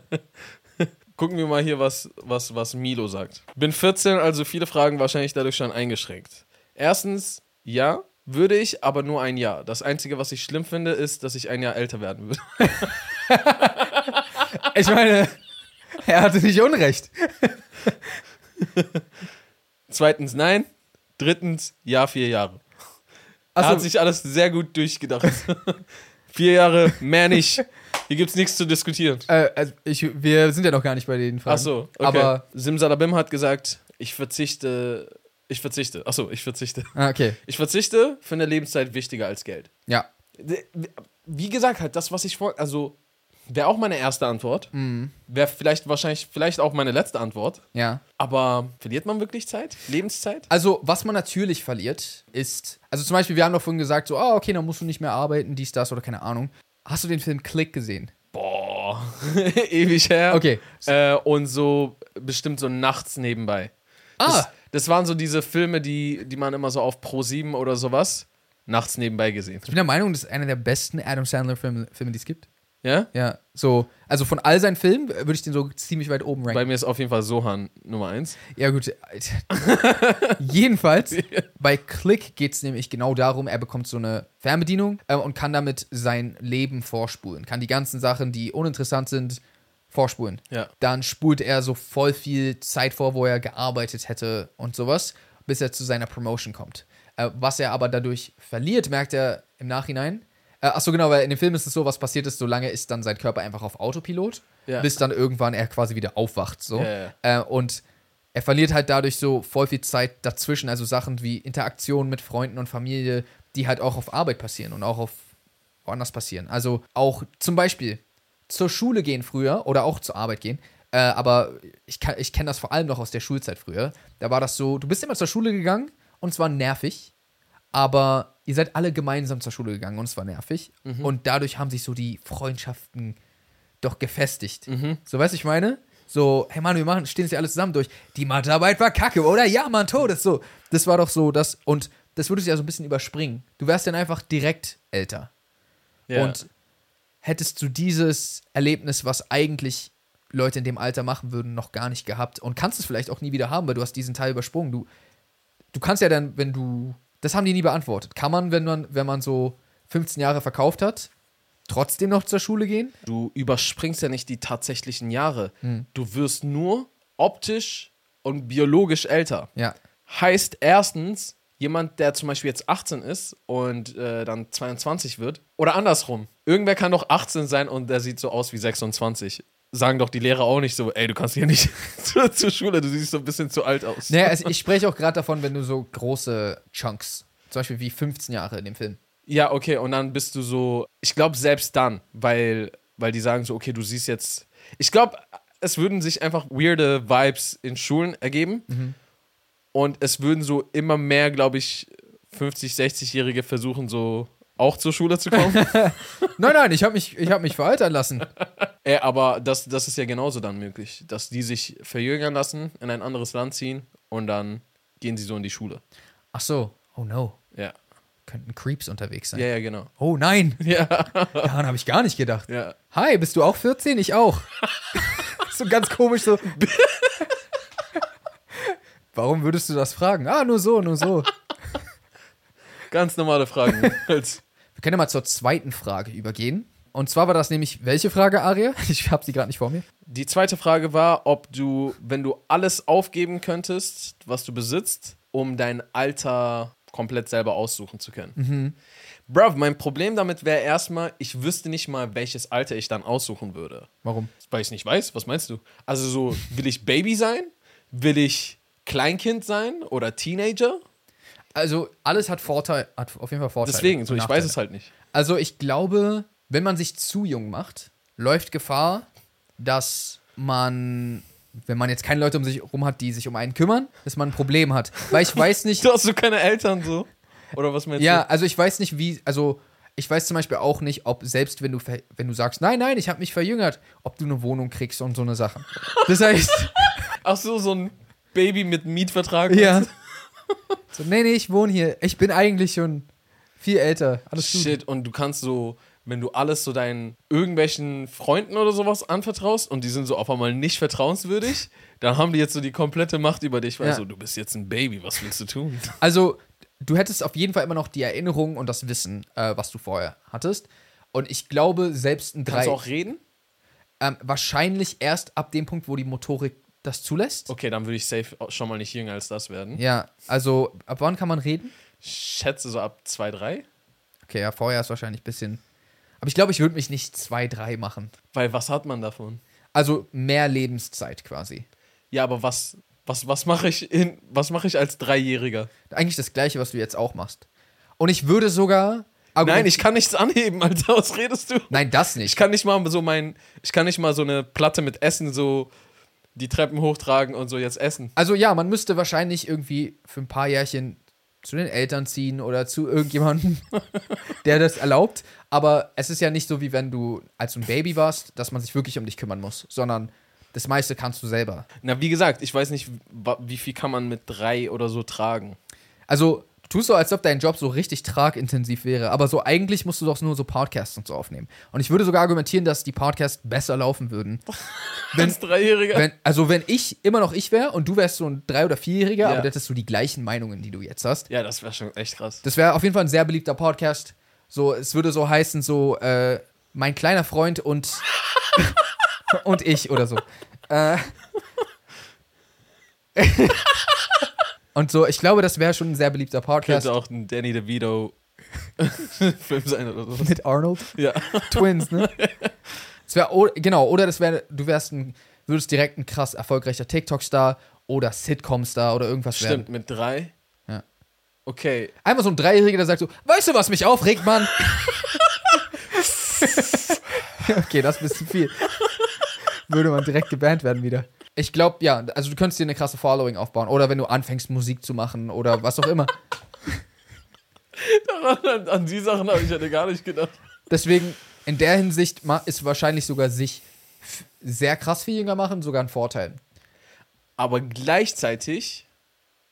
Speaker 1: Gucken wir mal hier, was, was, was Milo sagt. Bin 14, also viele Fragen wahrscheinlich dadurch schon eingeschränkt. Erstens, ja, würde ich, aber nur ein Jahr. Das Einzige, was ich schlimm finde, ist, dass ich ein Jahr älter werden würde.
Speaker 2: Ich meine, er hatte nicht unrecht.
Speaker 1: Zweitens, nein. Drittens, ja, vier Jahre. Er
Speaker 2: Also,
Speaker 1: hat sich alles sehr gut durchgedacht. vier Jahre, mehr nicht. Hier gibt's nichts zu diskutieren.
Speaker 2: Äh, also ich, wir sind ja noch gar nicht bei den Fragen.
Speaker 1: Ach so, okay.
Speaker 2: Aber-
Speaker 1: Simsalabim hat gesagt, ich verzichte, ich verzichte. Ach so, ich verzichte.
Speaker 2: Ah, okay.
Speaker 1: Ich verzichte, finde Lebenszeit wichtiger als Geld.
Speaker 2: Ja.
Speaker 1: Wie gesagt, halt das, was ich vor, also wäre auch meine erste Antwort,
Speaker 2: Mhm.
Speaker 1: wäre vielleicht wahrscheinlich vielleicht auch meine letzte Antwort.
Speaker 2: Ja.
Speaker 1: Aber verliert man wirklich Zeit, Lebenszeit?
Speaker 2: Also, was man natürlich verliert, ist. Also, zum Beispiel, wir haben doch vorhin gesagt, so, ah, okay, dann musst du nicht mehr arbeiten, dies, das oder keine Ahnung. Hast du den Film Click gesehen?
Speaker 1: Boah, ewig her.
Speaker 2: Okay.
Speaker 1: Äh, und so bestimmt so nachts nebenbei. Das,
Speaker 2: Ah,
Speaker 1: das waren so diese Filme, die, die man immer so auf Pro 7 oder sowas nachts nebenbei gesehen.
Speaker 2: ich bin der Meinung, das ist einer der besten Adam Sandler-Filme, Filme, die es gibt.
Speaker 1: Ja?
Speaker 2: Ja, so. Also, von all seinen Filmen äh, würde ich den so ziemlich weit oben ranken.
Speaker 1: Bei mir ist auf jeden Fall Sohan Nummer 1.
Speaker 2: Ja, gut. Jedenfalls, bei Click geht es nämlich genau darum, er bekommt so eine Fernbedienung äh, und kann damit sein Leben vorspulen. Kann die ganzen Sachen, die uninteressant sind, vorspulen.
Speaker 1: Ja.
Speaker 2: Dann spult er so voll viel Zeit vor, wo er gearbeitet hätte und sowas, bis er zu seiner Promotion kommt. Äh, was er aber dadurch verliert, merkt er im Nachhinein. Äh, Achso, genau, weil in dem Film ist es so, was passiert ist, solange ist dann sein Körper einfach auf Autopilot,
Speaker 1: Ja.
Speaker 2: bis dann irgendwann er quasi wieder aufwacht. So.
Speaker 1: Ja, ja.
Speaker 2: Äh, und er verliert halt dadurch so voll viel Zeit dazwischen, also Sachen wie Interaktionen mit Freunden und Familie, die halt auch auf Arbeit passieren und auch auf woanders passieren. Also auch zum Beispiel zur Schule gehen früher oder auch zur Arbeit gehen. Äh, aber ich, kann- ich kenne das vor allem noch aus der Schulzeit früher. Da war das so, du bist immer zur Schule gegangen und es war nervig, aber ihr seid alle gemeinsam zur Schule gegangen und es war nervig.
Speaker 1: Mhm.
Speaker 2: Und dadurch haben sich so die Freundschaften doch gefestigt. So, weißt du, ich meine? So, hey Mann, wir machen, stehen jetzt hier alle zusammen durch. Die Mathearbeit war kacke, oder? Ja, Mann, Todes. So, das war doch so, das, und das würdest du ja so ein bisschen überspringen. Du wärst dann einfach direkt älter.
Speaker 1: Ja.
Speaker 2: Und hättest du dieses Erlebnis, was eigentlich Leute in dem Alter machen würden, noch gar nicht gehabt und kannst es vielleicht auch nie wieder haben, weil du hast diesen Teil übersprungen. Du, du kannst ja dann, wenn du. Das haben die nie beantwortet. Kann man, wenn man, wenn man so 15 Jahre verkauft hat, trotzdem noch zur Schule gehen?
Speaker 1: du überspringst ja nicht die tatsächlichen Jahre. Du wirst nur optisch und biologisch älter.
Speaker 2: Ja.
Speaker 1: Heißt erstens, jemand, der zum Beispiel jetzt 18 ist und äh, dann 22 wird, oder andersrum. Irgendwer kann doch 18 sein und der sieht so aus wie 26. Sagen doch die Lehrer auch nicht so, ey, du kannst hier nicht zur, zur Schule, du siehst so ein bisschen zu alt aus.
Speaker 2: Naja, also ich spreche auch gerade davon, wenn du so große Chunks, zum Beispiel wie 15 Jahre in dem Film.
Speaker 1: Ja, okay, und dann bist du so, ich glaube, selbst dann, weil, weil die sagen so, okay, du siehst jetzt, ich glaube, es würden sich einfach weirde Vibes in Schulen ergeben und es würden so immer mehr, glaube ich, 50, 60-Jährige versuchen, so auch zur Schule zu kommen.
Speaker 2: Nein, nein, ich habe mich, ich hab mich veraltern lassen.
Speaker 1: Äh, aber das, das ist ja genauso dann möglich, dass die sich verjüngern lassen, in ein anderes Land ziehen und dann gehen sie so in die Schule.
Speaker 2: Ach so. Oh no.
Speaker 1: Ja,
Speaker 2: Könnten Creeps unterwegs sein.
Speaker 1: ja, ja, genau.
Speaker 2: Oh nein.
Speaker 1: Ja,
Speaker 2: Daran habe ich gar nicht gedacht.
Speaker 1: ja.
Speaker 2: Hi, bist du auch 14? Ich auch. so ganz komisch so. Warum würdest du das fragen? Ah, nur so, nur so. Wir
Speaker 1: Ganz normale Fragen. Als
Speaker 2: können ja mal zur zweiten Frage übergehen. Und zwar war das nämlich, welche Frage, Aria? Ich habe sie gerade nicht vor mir.
Speaker 1: Die zweite Frage war, ob du, wenn du alles aufgeben könntest, was du besitzt, um dein Alter komplett selber aussuchen zu können.
Speaker 2: Mhm.
Speaker 1: Bruv, mein Problem damit wäre erstmal, ich wüsste nicht mal, welches Alter ich dann aussuchen würde.
Speaker 2: Warum?
Speaker 1: Weil ich nicht weiß, was meinst du? Also so, will ich Baby sein? Will ich Kleinkind sein oder Teenager?
Speaker 2: Also, alles hat Vorteil, hat auf jeden Fall Vorteile.
Speaker 1: Deswegen, so,
Speaker 2: und
Speaker 1: ich weiß
Speaker 2: Nachteile.
Speaker 1: es halt nicht.
Speaker 2: Also ich glaube, wenn man sich zu jung macht, läuft Gefahr, dass man, wenn man jetzt keine Leute um sich herum hat, die sich um einen kümmern, dass man ein Problem hat. Weil ich weiß nicht,
Speaker 1: Du hast so keine Eltern so. Oder was meinst
Speaker 2: ja,
Speaker 1: du?
Speaker 2: also ich weiß nicht, wie, also ich weiß zum Beispiel auch nicht, ob selbst wenn du, ver- wenn du sagst, nein, nein, ich habe mich verjüngert, ob du eine Wohnung kriegst und so eine Sache. Das heißt,
Speaker 1: Ach so, so ein Baby mit Mietvertrag.
Speaker 2: ja. So, nee, nee, ich wohne hier. Ich bin eigentlich schon viel älter. Alles gut.
Speaker 1: Shit, und du kannst so, wenn du alles so deinen irgendwelchen Freunden oder sowas anvertraust und die sind so auf einmal nicht vertrauenswürdig, dann haben die jetzt so die komplette Macht über dich, weil
Speaker 2: Ja.
Speaker 1: so, du bist jetzt ein Baby, was willst du tun?
Speaker 2: Also, du hättest auf jeden Fall immer noch die Erinnerung und das Wissen, äh, was du vorher hattest. Und ich glaube, selbst ein
Speaker 1: Kannst
Speaker 2: Drei.
Speaker 1: du auch reden?
Speaker 2: ähm, wahrscheinlich erst ab dem Punkt, wo die Motorik das zulässt.
Speaker 1: Okay, dann würde ich safe auch schon mal nicht jünger als das werden.
Speaker 2: Ja, also ab wann kann man reden?
Speaker 1: Ich schätze so ab 2, 3.
Speaker 2: Okay, ja, vorher ist wahrscheinlich ein bisschen. Aber Aber ich glaube, ich würde mich nicht zwei, drei machen.
Speaker 1: Weil was hat man davon?
Speaker 2: Also mehr Lebenszeit quasi.
Speaker 1: Ja, aber was, was, was mache ich, in- was mache ich als Dreijähriger?
Speaker 2: Eigentlich das gleiche, was du jetzt auch machst. Und ich würde sogar.
Speaker 1: Nein, ich kann nichts anheben, Alter. Was redest du?
Speaker 2: Nein, das nicht.
Speaker 1: Ich kann nicht mal so mein, ich kann nicht mal so eine Platte mit Essen so die Treppen hochtragen und so jetzt essen.
Speaker 2: Also ja, man müsste wahrscheinlich irgendwie für ein paar Jährchen zu den Eltern ziehen oder zu irgendjemandem, der das erlaubt. Aber es ist ja nicht so, wie wenn du als du ein Baby warst, dass man sich wirklich um dich kümmern muss, sondern das meiste kannst du selber.
Speaker 1: Na, wie gesagt, ich weiß nicht, wa- wie viel kann man mit drei oder so tragen.
Speaker 2: Also du tust so, als ob dein Job so richtig tragintensiv wäre, aber so eigentlich musst du doch nur so Podcasts und so aufnehmen. Und ich würde sogar argumentieren, dass die Podcasts besser laufen würden.
Speaker 1: Als Dreijähriger.
Speaker 2: Wenn, also wenn ich immer noch ich wäre und du wärst so ein Drei- oder Vierjähriger,
Speaker 1: Ja.
Speaker 2: aber du hättest so die gleichen Meinungen, die du jetzt hast.
Speaker 1: ja, das wäre schon echt krass.
Speaker 2: Das wäre auf jeden Fall ein sehr beliebter Podcast. So, es würde so heißen, so, äh, mein kleiner Freund und, und ich oder so. Äh, und so, ich glaube, das wäre schon ein sehr beliebter Podcast.
Speaker 1: Könnte auch ein Danny DeVito Film sein oder so.
Speaker 2: Mit Arnold.
Speaker 1: Ja.
Speaker 2: Twins, ne? Das wär, o- genau, oder das wär, du wärst ein, würdest direkt ein krass erfolgreicher TikTok-Star oder Sitcom-Star oder irgendwas
Speaker 1: Stimmt,
Speaker 2: werden.
Speaker 1: mit drei?
Speaker 2: Ja.
Speaker 1: Okay.
Speaker 2: Einfach so ein Dreijähriger, der sagt so, weißt du, was mich aufregt, Mann? okay, das ist ein bisschen viel. Würde man direkt gebannt werden wieder. Ich glaube, ja, also du könntest dir eine krasse Following aufbauen. Oder wenn du anfängst, Musik zu machen oder was auch immer.
Speaker 1: An, an die Sachen habe ich ja gar nicht gedacht.
Speaker 2: Deswegen, in der Hinsicht ma- ist wahrscheinlich sogar sich f- sehr krass viel jünger machen sogar ein Vorteil.
Speaker 1: Aber gleichzeitig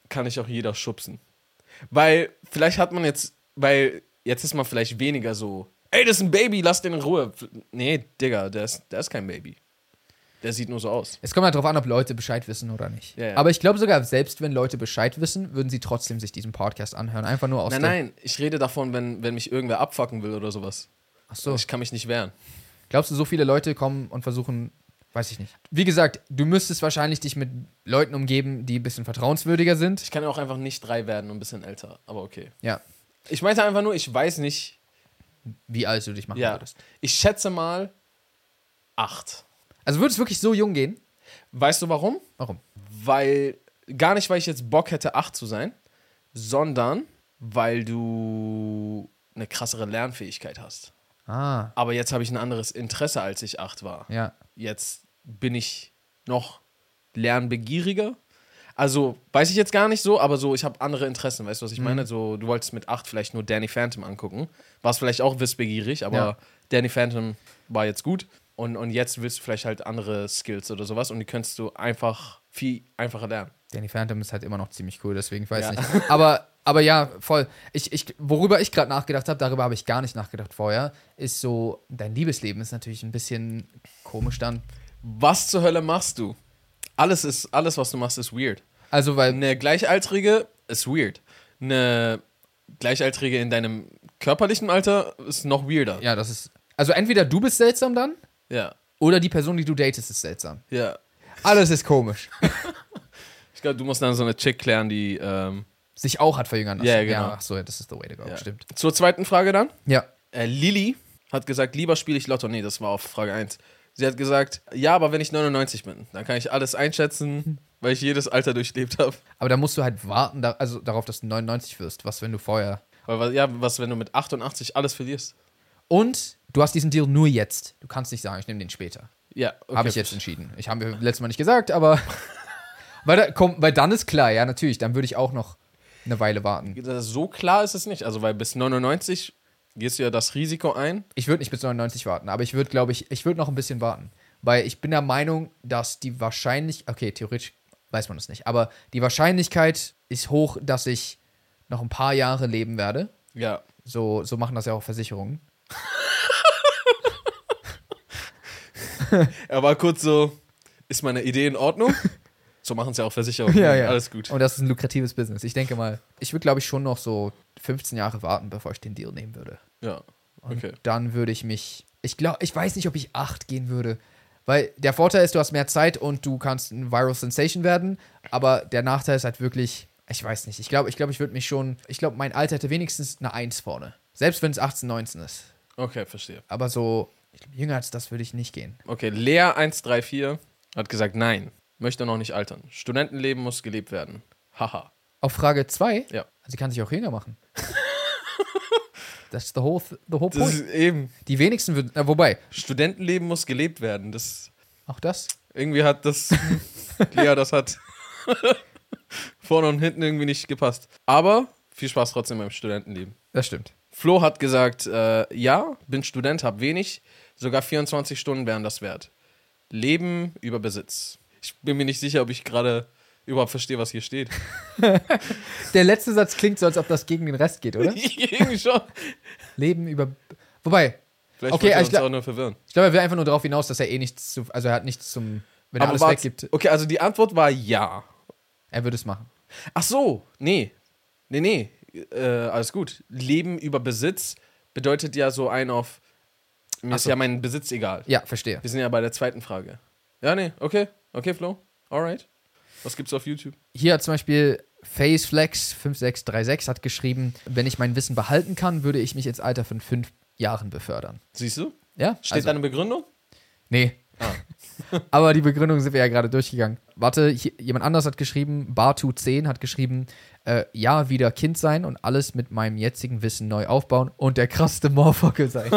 Speaker 1: kann ich auch jeder schubsen. Weil vielleicht hat man jetzt, weil jetzt ist man vielleicht weniger so, ey, das ist ein Baby, lass den in Ruhe. F- Nee, Digga, der ist, der ist kein Baby. Der sieht nur so aus.
Speaker 2: Es kommt halt darauf an, ob Leute Bescheid wissen oder nicht.
Speaker 1: Ja, ja.
Speaker 2: Aber ich glaube sogar, selbst wenn Leute Bescheid wissen, würden sie trotzdem sich diesen Podcast anhören. Einfach nur aus
Speaker 1: Nein,
Speaker 2: der-
Speaker 1: nein, ich rede davon, wenn, wenn mich irgendwer abfacken will oder sowas.
Speaker 2: Ach so.
Speaker 1: Ich kann mich nicht wehren.
Speaker 2: Glaubst du, so viele Leute kommen und versuchen, weiß ich nicht. Wie gesagt, du müsstest wahrscheinlich dich mit Leuten umgeben, die ein bisschen vertrauenswürdiger sind.
Speaker 1: Ich kann ja auch einfach nicht drei werden und ein bisschen älter, aber okay.
Speaker 2: Ja,
Speaker 1: Ich meinte einfach nur, ich weiß nicht,
Speaker 2: wie alt du dich machen
Speaker 1: ja,
Speaker 2: würdest.
Speaker 1: ich schätze mal acht.
Speaker 2: Also würdest du wirklich so jung gehen?
Speaker 1: Weißt du warum?
Speaker 2: Warum?
Speaker 1: weil gar nicht, weil ich jetzt Bock hätte, 8 zu sein, sondern weil du eine krassere Lernfähigkeit hast.
Speaker 2: Ah,
Speaker 1: Aber jetzt habe ich ein anderes Interesse, als ich 8 war.
Speaker 2: ja.
Speaker 1: Jetzt bin ich noch lernbegieriger. Also, weiß ich jetzt gar nicht so, aber so, ich habe andere Interessen, weißt du, was
Speaker 2: Mhm.
Speaker 1: ich meine? So, du wolltest mit 8 vielleicht nur Danny Phantom angucken. Warst vielleicht auch wissbegierig, aber
Speaker 2: Ja.
Speaker 1: Danny Phantom war jetzt gut. Und, und jetzt willst du vielleicht halt andere Skills oder sowas und die kannst du einfach viel einfacher lernen.
Speaker 2: Danny Phantom ist halt immer noch ziemlich cool, deswegen ich weiß
Speaker 1: Ja.
Speaker 2: nicht. Aber, aber ja, voll. Ich, ich, worüber ich gerade nachgedacht habe, darüber habe ich gar nicht nachgedacht vorher, ist so, dein Liebesleben ist natürlich ein bisschen komisch dann.
Speaker 1: Was zur Hölle machst du? Alles, ist, alles was du machst, ist weird.
Speaker 2: Also, weil,
Speaker 1: Eine Gleichaltrige ist weird. Eine Gleichaltrige in deinem körperlichen Alter ist noch weirder.
Speaker 2: ja, das ist. Also entweder du bist seltsam dann,
Speaker 1: Ja,
Speaker 2: oder die Person, die du datest, ist seltsam.
Speaker 1: ja.
Speaker 2: Alles ist komisch.
Speaker 1: Ich glaube, du musst dann so eine Chick klären, die. Ähm,
Speaker 2: sich auch hat verjüngern lassen.
Speaker 1: Ja, genau.
Speaker 2: ach so, das ist the way to go,
Speaker 1: ja.
Speaker 2: stimmt.
Speaker 1: Zur zweiten Frage dann.
Speaker 2: Ja.
Speaker 1: Äh, Lilly hat gesagt, lieber spiele ich Lotto. Nee, das war auf Frage 1. Sie hat gesagt, ja, aber wenn ich 99 bin, dann kann ich alles einschätzen, weil ich jedes Alter durchlebt habe.
Speaker 2: Aber da musst du halt warten, da, also darauf, dass du 99 wirst. Was, wenn du vorher.
Speaker 1: Weil, was- ja, was, wenn du mit 88 alles verlierst?
Speaker 2: Und du hast diesen Deal nur jetzt. Du kannst nicht sagen, ich nehme den später.
Speaker 1: Ja, okay.
Speaker 2: Habe ich jetzt entschieden. Ich habe mir letztes Mal nicht gesagt, aber. weil, da, komm, weil dann ist klar, ja, natürlich. Dann würde ich auch noch eine Weile warten.
Speaker 1: So klar ist es nicht. Also, weil bis 99 gehst du ja das Risiko ein.
Speaker 2: Ich würde nicht bis 99 warten, aber ich würde, glaube ich, ich würde noch ein bisschen warten. Weil ich bin der Meinung, dass die wahrscheinlich, okay, theoretisch weiß man das nicht, aber die Wahrscheinlichkeit ist hoch, dass ich noch ein paar Jahre leben werde.
Speaker 1: Ja.
Speaker 2: So, so machen das ja auch Versicherungen.
Speaker 1: Er war kurz so, ist meine Idee in Ordnung? so machen es ja auch Versicherungen. ne? Alles gut.
Speaker 2: Und das ist ein lukratives Business. Ich denke mal, ich würde, glaube ich, schon noch so 15 Jahre warten, bevor ich den Deal nehmen würde.
Speaker 1: ja.
Speaker 2: Und
Speaker 1: Okay.
Speaker 2: dann würde ich mich, ich glaube, ich weiß nicht, ob ich 8 gehen würde. Weil der Vorteil ist, du hast mehr Zeit und du kannst ein Viral Sensation werden. Aber der Nachteil ist halt wirklich, ich weiß nicht. Ich glaube, ich, glaube, ich würde mich schon, ich glaube, mein Alter hätte wenigstens eine 1 vorne. Selbst wenn es 18, 19 ist.
Speaker 1: Okay, verstehe.
Speaker 2: Aber so ich glaub, jünger als das würde ich nicht gehen.
Speaker 1: Okay, Lea134 hat gesagt, nein, möchte noch nicht altern. Studentenleben muss gelebt werden. Haha.
Speaker 2: Auf Frage 2,
Speaker 1: Ja.
Speaker 2: sie kann sich auch jünger machen. That's the whole, th the whole
Speaker 1: Das
Speaker 2: point.
Speaker 1: ist eben.
Speaker 2: Die wenigsten würden, na, wobei,
Speaker 1: Studentenleben muss gelebt werden. Das
Speaker 2: auch das.
Speaker 1: irgendwie hat das. Lea, das hat vorne und hinten irgendwie nicht gepasst. Aber viel Spaß trotzdem beim Studentenleben.
Speaker 2: Das stimmt.
Speaker 1: Flo hat gesagt, äh, ja, bin Student, hab wenig, sogar 24 Stunden wären das wert. Leben über Besitz. Ich bin mir nicht sicher, ob ich gerade überhaupt verstehe, was hier steht.
Speaker 2: Der letzte Satz klingt so, als ob das gegen den Rest geht, oder?
Speaker 1: Irgendwie schon.
Speaker 2: Leben über. Wobei,
Speaker 1: Vielleicht okay, wollte
Speaker 2: Okay, also
Speaker 1: er
Speaker 2: ich
Speaker 1: uns
Speaker 2: glaub-
Speaker 1: auch nur verwirren.
Speaker 2: ich glaube, er will einfach nur darauf hinaus, dass er eh nichts zu. Also er hat nichts zum. Wenn er alles
Speaker 1: wart-
Speaker 2: weggibt,
Speaker 1: Okay, also die Antwort war ja.
Speaker 2: er würde es machen.
Speaker 1: Ach so, nee. Nee, nee. Äh, alles gut. Leben über Besitz bedeutet ja so ein auf. Mir
Speaker 2: Ach
Speaker 1: ist
Speaker 2: so.
Speaker 1: ja mein Besitz egal.
Speaker 2: Ja, verstehe.
Speaker 1: Wir sind ja bei der zweiten Frage. Ja, nee, okay. Okay, Flo. Alright. Was gibt's auf YouTube?
Speaker 2: Hier hat zum Beispiel FaceFlex5636 hat geschrieben, wenn ich mein Wissen behalten kann, würde ich mich ins Alter von fünf Jahren befördern.
Speaker 1: Siehst du?
Speaker 2: Ja? also
Speaker 1: Steht da eine Begründung?
Speaker 2: Nee.
Speaker 1: Ah.
Speaker 2: Aber die Begründung sind wir ja gerade durchgegangen. Warte, hier, jemand anders hat geschrieben, Bartu10 hat geschrieben, äh, ja, wieder Kind sein und alles mit meinem jetzigen Wissen neu aufbauen und der krasseste Morfockel sein.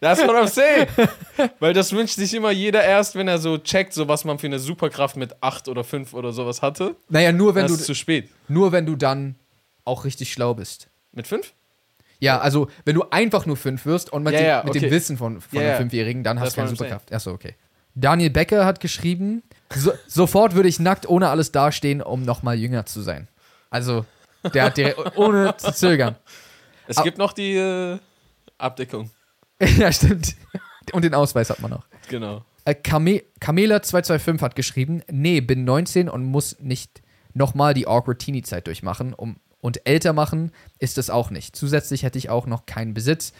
Speaker 1: That's what I'm saying. Weil das wünscht sich immer jeder erst, wenn er so checkt, so was man für eine Superkraft mit 8 oder 5 oder sowas hatte.
Speaker 2: naja, nur wenn,
Speaker 1: Das
Speaker 2: du,
Speaker 1: ist zu spät.
Speaker 2: nur wenn du dann auch richtig schlau bist.
Speaker 1: Mit 5?
Speaker 2: Ja, also wenn du einfach nur fünf wirst und mit,
Speaker 1: Ja,
Speaker 2: dem,
Speaker 1: ja,
Speaker 2: mit
Speaker 1: okay.
Speaker 2: dem Wissen von, von
Speaker 1: Ja,
Speaker 2: einem
Speaker 1: ja.
Speaker 2: Fünfjährigen, dann hast
Speaker 1: Das
Speaker 2: du keine
Speaker 1: war mein
Speaker 2: Superkraft. Achso, okay. Daniel Becker hat geschrieben, so, sofort würde ich nackt ohne alles dastehen, um nochmal jünger zu sein. Also, der hat direkt, ohne zu zögern.
Speaker 1: Es
Speaker 2: Ah.
Speaker 1: gibt noch die äh, Abdeckung.
Speaker 2: ja, stimmt. Und den Ausweis hat man noch.
Speaker 1: Genau.
Speaker 2: Äh, Kame Kamela225 hat geschrieben, nee, bin 19 und muss nicht nochmal die awkward Teenie-Zeit durchmachen. Um, und älter machen ist es auch nicht. Zusätzlich hätte ich auch noch keinen Besitz.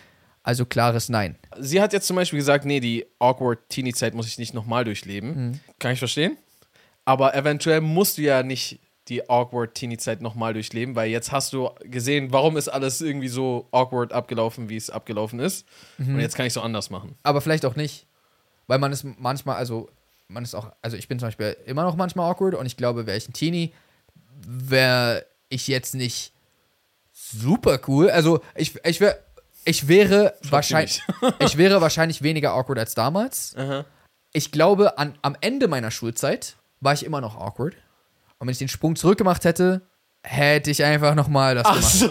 Speaker 2: Also klares Nein.
Speaker 1: Sie hat jetzt zum Beispiel gesagt, nee, die awkward Teenie-Zeit muss ich nicht nochmal durchleben. Kann ich verstehen. Aber eventuell musst du ja nicht die awkward Teenie-Zeit nochmal durchleben, weil jetzt hast du gesehen, warum ist alles irgendwie so awkward abgelaufen, wie es abgelaufen ist. Und jetzt kann ich so anders machen.
Speaker 2: Aber vielleicht auch nicht. Weil man ist manchmal, also, man ist auch, also ich bin zum Beispiel immer noch manchmal awkward und ich glaube, wäre ich ein Teenie, wäre ich jetzt nicht super cool. Also ich, ich wäre, ich wäre wahrscheinlich, ich wäre wahrscheinlich weniger awkward als damals.
Speaker 1: Aha.
Speaker 2: Ich glaube, an, am Ende meiner Schulzeit war ich immer noch awkward. Und wenn ich den Sprung zurückgemacht hätte, hätte ich einfach nochmal das gemacht.
Speaker 1: so.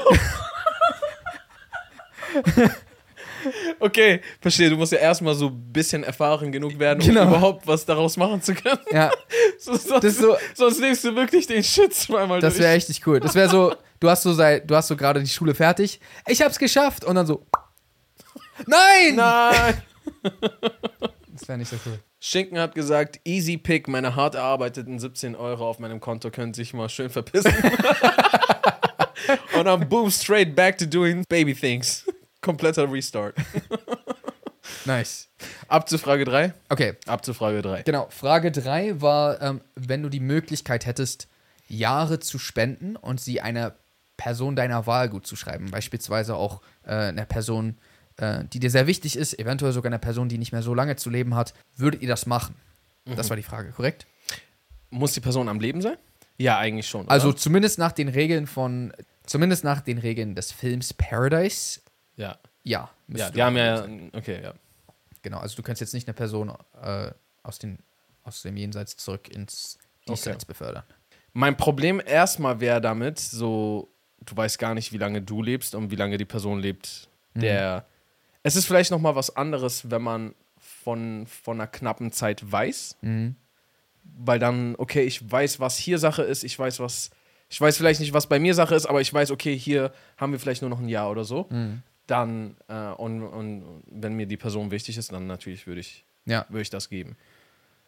Speaker 1: okay, verstehe. Du musst ja erstmal so ein bisschen erfahren genug werden, um
Speaker 2: Genau.
Speaker 1: überhaupt was daraus machen zu können.
Speaker 2: Ja,
Speaker 1: So- Sonst,
Speaker 2: ist so-
Speaker 1: sonst lebst du wirklich den Shit zweimal
Speaker 2: Das
Speaker 1: durch.
Speaker 2: wäre echt nicht cool. Das wäre so, du hast so sei, du hast so gerade die Schule fertig. Ich hab's geschafft und dann so Nein!
Speaker 1: Nein!
Speaker 2: Das wäre nicht so cool.
Speaker 1: Schinken hat gesagt, easy pick, meine hart erarbeiteten 17 Euro auf meinem Konto können sich mal schön verpissen. Und dann boom, straight back to doing baby things. Kompletter Restart.
Speaker 2: Nice.
Speaker 1: Ab zu Frage 3.
Speaker 2: Okay,
Speaker 1: Ab zu Frage 3.
Speaker 2: genau. Frage 3 war, ähm, wenn du die Möglichkeit hättest, Jahre zu spenden und sie einer Person deiner Wahl gut zu schreiben, beispielsweise auch äh, einer Person, äh, die dir sehr wichtig ist, eventuell sogar einer Person, die nicht mehr so lange zu leben hat, würdet ihr das machen?
Speaker 1: Mhm.
Speaker 2: Das war die Frage, korrekt?
Speaker 1: Muss die Person am Leben sein? Ja, eigentlich schon.
Speaker 2: Also
Speaker 1: oder?
Speaker 2: zumindest nach den Regeln von, zumindest nach den Regeln des Films Paradise,
Speaker 1: ja.
Speaker 2: ja. müsste
Speaker 1: ja
Speaker 2: du
Speaker 1: die haben
Speaker 2: machen.
Speaker 1: ja. Okay, ja.
Speaker 2: Genau, also du kannst jetzt nicht eine Person äh, aus, den, aus dem Jenseits zurück ins Diesseits befördern.
Speaker 1: Mein Problem erstmal wäre damit, so, du weißt gar nicht, wie lange du lebst und wie lange die Person lebt. Der. Es ist vielleicht nochmal was anderes, wenn man von, von einer knappen Zeit weiß. Weil dann, okay, ich weiß, was hier Sache ist, ich weiß, was. Ich weiß vielleicht nicht, was bei mir Sache ist, aber ich weiß, okay, hier haben wir vielleicht nur noch ein Jahr oder so. Dann, äh, und, und wenn mir die Person wichtig ist, dann natürlich würde ich,
Speaker 2: Ja,
Speaker 1: würde ich das geben.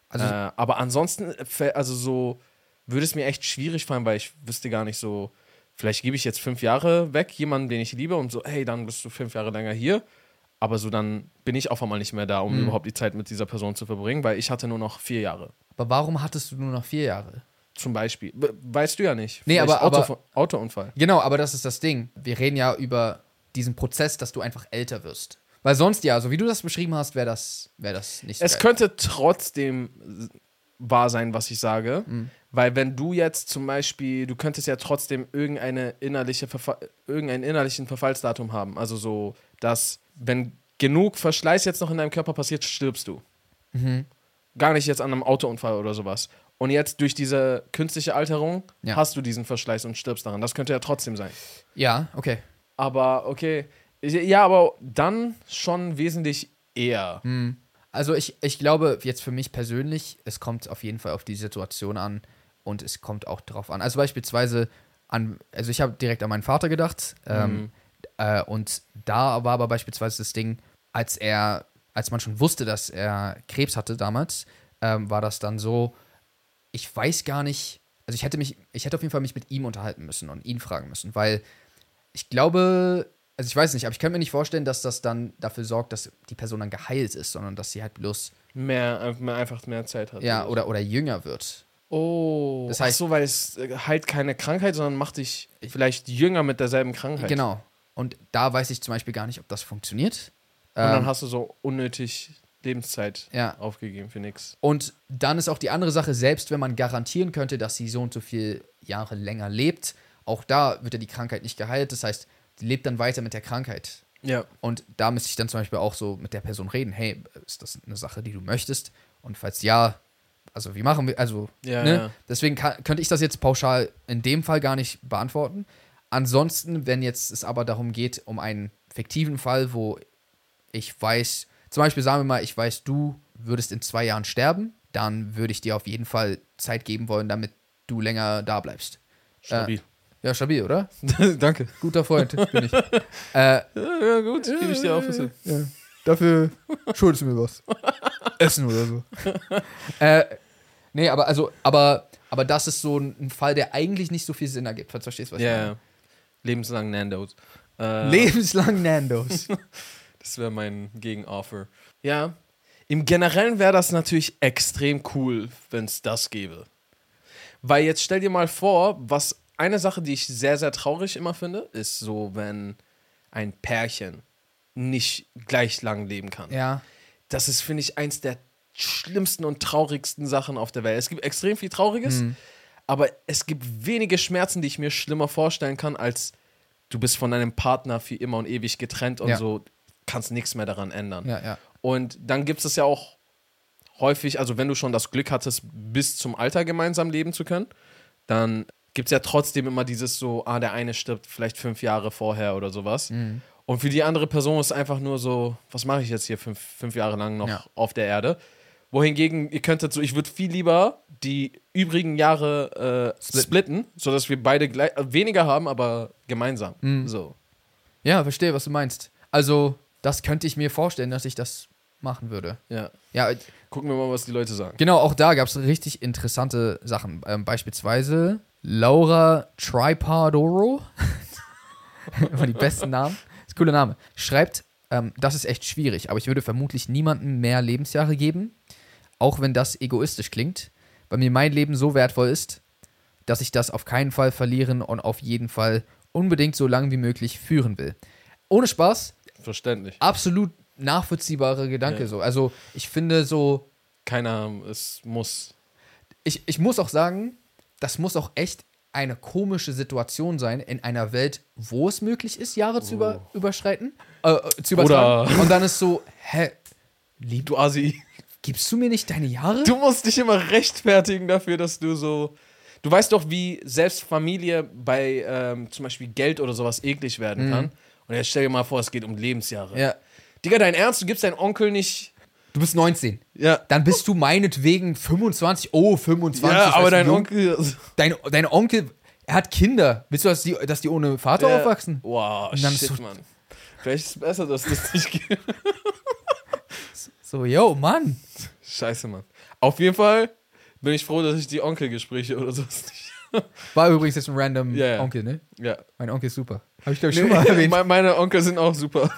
Speaker 2: also
Speaker 1: äh, aber ansonsten, äh, fä- also so, würde es mir echt schwierig fallen, weil ich wüsste gar nicht so, vielleicht gebe ich jetzt fünf Jahre weg, jemanden, den ich liebe, und so, hey, dann bist du fünf Jahre länger hier. Aber so, dann bin ich auf einmal nicht mehr da, um
Speaker 2: Mhm.
Speaker 1: überhaupt die Zeit mit dieser Person zu verbringen, weil ich hatte nur noch vier Jahre.
Speaker 2: aber warum hattest du nur noch vier Jahre?
Speaker 1: Zum Beispiel. We- weißt du ja nicht.
Speaker 2: Nee, aber-
Speaker 1: Auto,
Speaker 2: aber-
Speaker 1: Autounfall.
Speaker 2: Genau, aber das ist das Ding. Wir reden ja über diesen Prozess, dass du einfach älter wirst. Weil sonst ja, so wie du das beschrieben hast, wäre das, wär das nicht so
Speaker 1: Es
Speaker 2: geil.
Speaker 1: könnte trotzdem wahr sein, was ich sage, weil wenn du jetzt zum Beispiel, du könntest ja trotzdem irgendeine innerliche Verfa irgendein innerlichen Verfallsdatum haben. Also so, dass wenn genug Verschleiß jetzt noch in deinem Körper passiert, stirbst du. Gar nicht jetzt an einem Autounfall oder sowas. Und jetzt durch diese künstliche Alterung
Speaker 2: Ja.
Speaker 1: hast du diesen Verschleiß und stirbst daran. Das könnte ja trotzdem sein.
Speaker 2: Ja, okay.
Speaker 1: Aber okay. Ja, aber dann schon wesentlich eher.
Speaker 2: Also ich, ich glaube jetzt für mich persönlich, es kommt auf jeden Fall auf die Situation an und es kommt auch drauf an. Also beispielsweise an, also ich habe direkt an meinen Vater gedacht ähm, äh, und da war aber beispielsweise das Ding, als er, als man schon wusste, dass er Krebs hatte damals, ähm, war das dann so, ich weiß gar nicht, also ich hätte mich, ich hätte auf jeden Fall mich mit ihm unterhalten müssen und ihn fragen müssen, weil ich glaube, also ich weiß nicht, aber ich könnte mir nicht vorstellen, dass das dann dafür sorgt, dass die Person dann geheilt ist, sondern dass sie halt bloß,
Speaker 1: Mehr, äh, mehr einfach mehr Zeit hat.
Speaker 2: ja, oder, oder jünger wird.
Speaker 1: Oh.
Speaker 2: Das
Speaker 1: Das
Speaker 2: heißt-
Speaker 1: heißt, ach so, weil es äh, heilt keine Krankheit, sondern macht dich vielleicht jünger mit derselben Krankheit.
Speaker 2: Genau. Und da weiß ich zum Beispiel gar nicht, ob das funktioniert. Ähm,
Speaker 1: Und dann hast du so unnötig Lebenszeit
Speaker 2: Ja.
Speaker 1: aufgegeben für nichts.
Speaker 2: Und dann ist auch die andere Sache, selbst wenn man garantieren könnte, dass sie so und so viele Jahre länger lebt, auch da wird ja die Krankheit nicht geheilt. Das heißt, die lebt dann weiter mit der Krankheit.
Speaker 1: Ja.
Speaker 2: Und da müsste ich dann zum Beispiel auch so mit der Person reden, hey, ist das eine Sache, die du möchtest? Und falls ja, also wie machen wir, also,
Speaker 1: Ja,
Speaker 2: ne?
Speaker 1: ja.
Speaker 2: Deswegen kann, könnte ich das jetzt pauschal in dem Fall gar nicht beantworten. Ansonsten, wenn jetzt es aber darum geht, um einen fiktiven Fall, wo ich weiß, zum Beispiel sagen wir mal, ich weiß, du würdest in zwei Jahren sterben, dann würde ich dir auf jeden Fall Zeit geben wollen, damit du länger da bleibst.
Speaker 1: Stabil.
Speaker 2: Ja, stabil, oder?
Speaker 1: Danke.
Speaker 2: Guter Freund bin ich. äh,
Speaker 1: Ja, ja gut, gebe ich dir auch. was hin.
Speaker 2: ja. Dafür schuldest du mir was. Essen oder so. äh, nee, aber also, aber, aber das ist so ein ein Fall, der eigentlich nicht so viel Sinn ergibt. Verstehst du, was
Speaker 1: Ja,
Speaker 2: ich meine?
Speaker 1: ja. Lebenslang Nandos. Äh,
Speaker 2: Lebenslang ne? Nandos.
Speaker 1: Das wäre mein Gegenoffer. Ja. Im Generellen wäre das natürlich extrem cool, wenn es das gäbe. Weil jetzt stell dir mal vor, was eine Sache, die ich sehr, sehr traurig immer finde, ist so, wenn ein Pärchen nicht gleich lang leben kann.
Speaker 2: ja.
Speaker 1: Das ist, finde ich, eins der schlimmsten und traurigsten Sachen auf der Welt. Es gibt extrem viel Trauriges,
Speaker 2: Mhm.
Speaker 1: aber es gibt wenige Schmerzen, die ich mir schlimmer vorstellen kann, als du bist von deinem Partner für immer und ewig getrennt und
Speaker 2: Ja.
Speaker 1: so kannst nichts mehr daran ändern.
Speaker 2: Ja, ja.
Speaker 1: Und dann gibt es ja auch häufig, also wenn du schon das Glück hattest, bis zum Alter gemeinsam leben zu können, dann gibt es ja trotzdem immer dieses so, ah, der eine stirbt vielleicht fünf Jahre vorher oder sowas.
Speaker 2: Mhm.
Speaker 1: Und für die andere Person ist einfach nur so, was mache ich jetzt hier fünf, fünf Jahre lang noch
Speaker 2: Ja.
Speaker 1: auf der Erde? Wohingegen, ihr könntet so, ich würde viel lieber die übrigen Jahre äh,
Speaker 2: Splitten.
Speaker 1: splitten. sodass wir beide gleich, äh, weniger haben, aber gemeinsam.
Speaker 2: Mhm.
Speaker 1: So.
Speaker 2: Ja, verstehe, was du meinst. Also, das könnte ich mir vorstellen, dass ich das machen würde.
Speaker 1: Ja.
Speaker 2: Ja,
Speaker 1: Gucken wir mal, was die Leute sagen.
Speaker 2: Genau, auch da gab es richtig interessante Sachen. Ähm, beispielsweise Laura Tripodoro. Immer die besten Namen. Ist ein cooler Name. Schreibt, ähm, das ist echt schwierig, aber ich würde vermutlich niemandem mehr Lebensjahre geben, auch wenn das egoistisch klingt, weil mir mein Leben so wertvoll ist, dass ich das auf keinen Fall verlieren und auf jeden Fall unbedingt so lange wie möglich führen will. Ohne Spaß,
Speaker 1: Verständlich.
Speaker 2: absolut nachvollziehbarer Gedanke
Speaker 1: Ja.
Speaker 2: so. Also ich finde so,
Speaker 1: Keiner, es muss
Speaker 2: ich, ich muss auch sagen, das muss auch echt eine komische Situation sein in einer Welt, wo es möglich ist, Jahre zu über,
Speaker 1: Oh.
Speaker 2: überschreiten. Äh, äh, zu übertragen. Und dann ist so, hä, lieb,
Speaker 1: Du Asi.
Speaker 2: gibst du mir nicht deine Jahre?
Speaker 1: Du musst dich immer rechtfertigen dafür, dass du so. Du weißt doch, wie selbst Familie bei ähm, zum Beispiel Geld oder sowas eklig werden kann. Und jetzt stell dir mal vor, es geht um Lebensjahre.
Speaker 2: ja.
Speaker 1: Digga, dein Ernst, du gibst deinen Onkel nicht.
Speaker 2: Du bist 19.
Speaker 1: Ja.
Speaker 2: Dann bist du meinetwegen 25. Oh, 25.
Speaker 1: ja, aber
Speaker 2: weißt du,
Speaker 1: dein
Speaker 2: jung.
Speaker 1: Onkel.
Speaker 2: Dein, dein Onkel, er hat Kinder. Willst du, dass die, dass die ohne Vater
Speaker 1: Ja.
Speaker 2: aufwachsen?
Speaker 1: Wow,
Speaker 2: dann
Speaker 1: shit,
Speaker 2: so-
Speaker 1: Mann. Vielleicht ist es besser, dass das nicht geht.
Speaker 2: So, yo, Mann.
Speaker 1: Scheiße, Mann. Auf jeden Fall bin ich froh, dass ich die Onkelgespräche oder sowas nicht.
Speaker 2: War übrigens jetzt ein random
Speaker 1: Ja, ja.
Speaker 2: Onkel, ne?
Speaker 1: Ja.
Speaker 2: Mein Onkel ist super. Habe ich, glaube ich, schon mal erwähnt.
Speaker 1: Me- Meine Onkel sind auch super.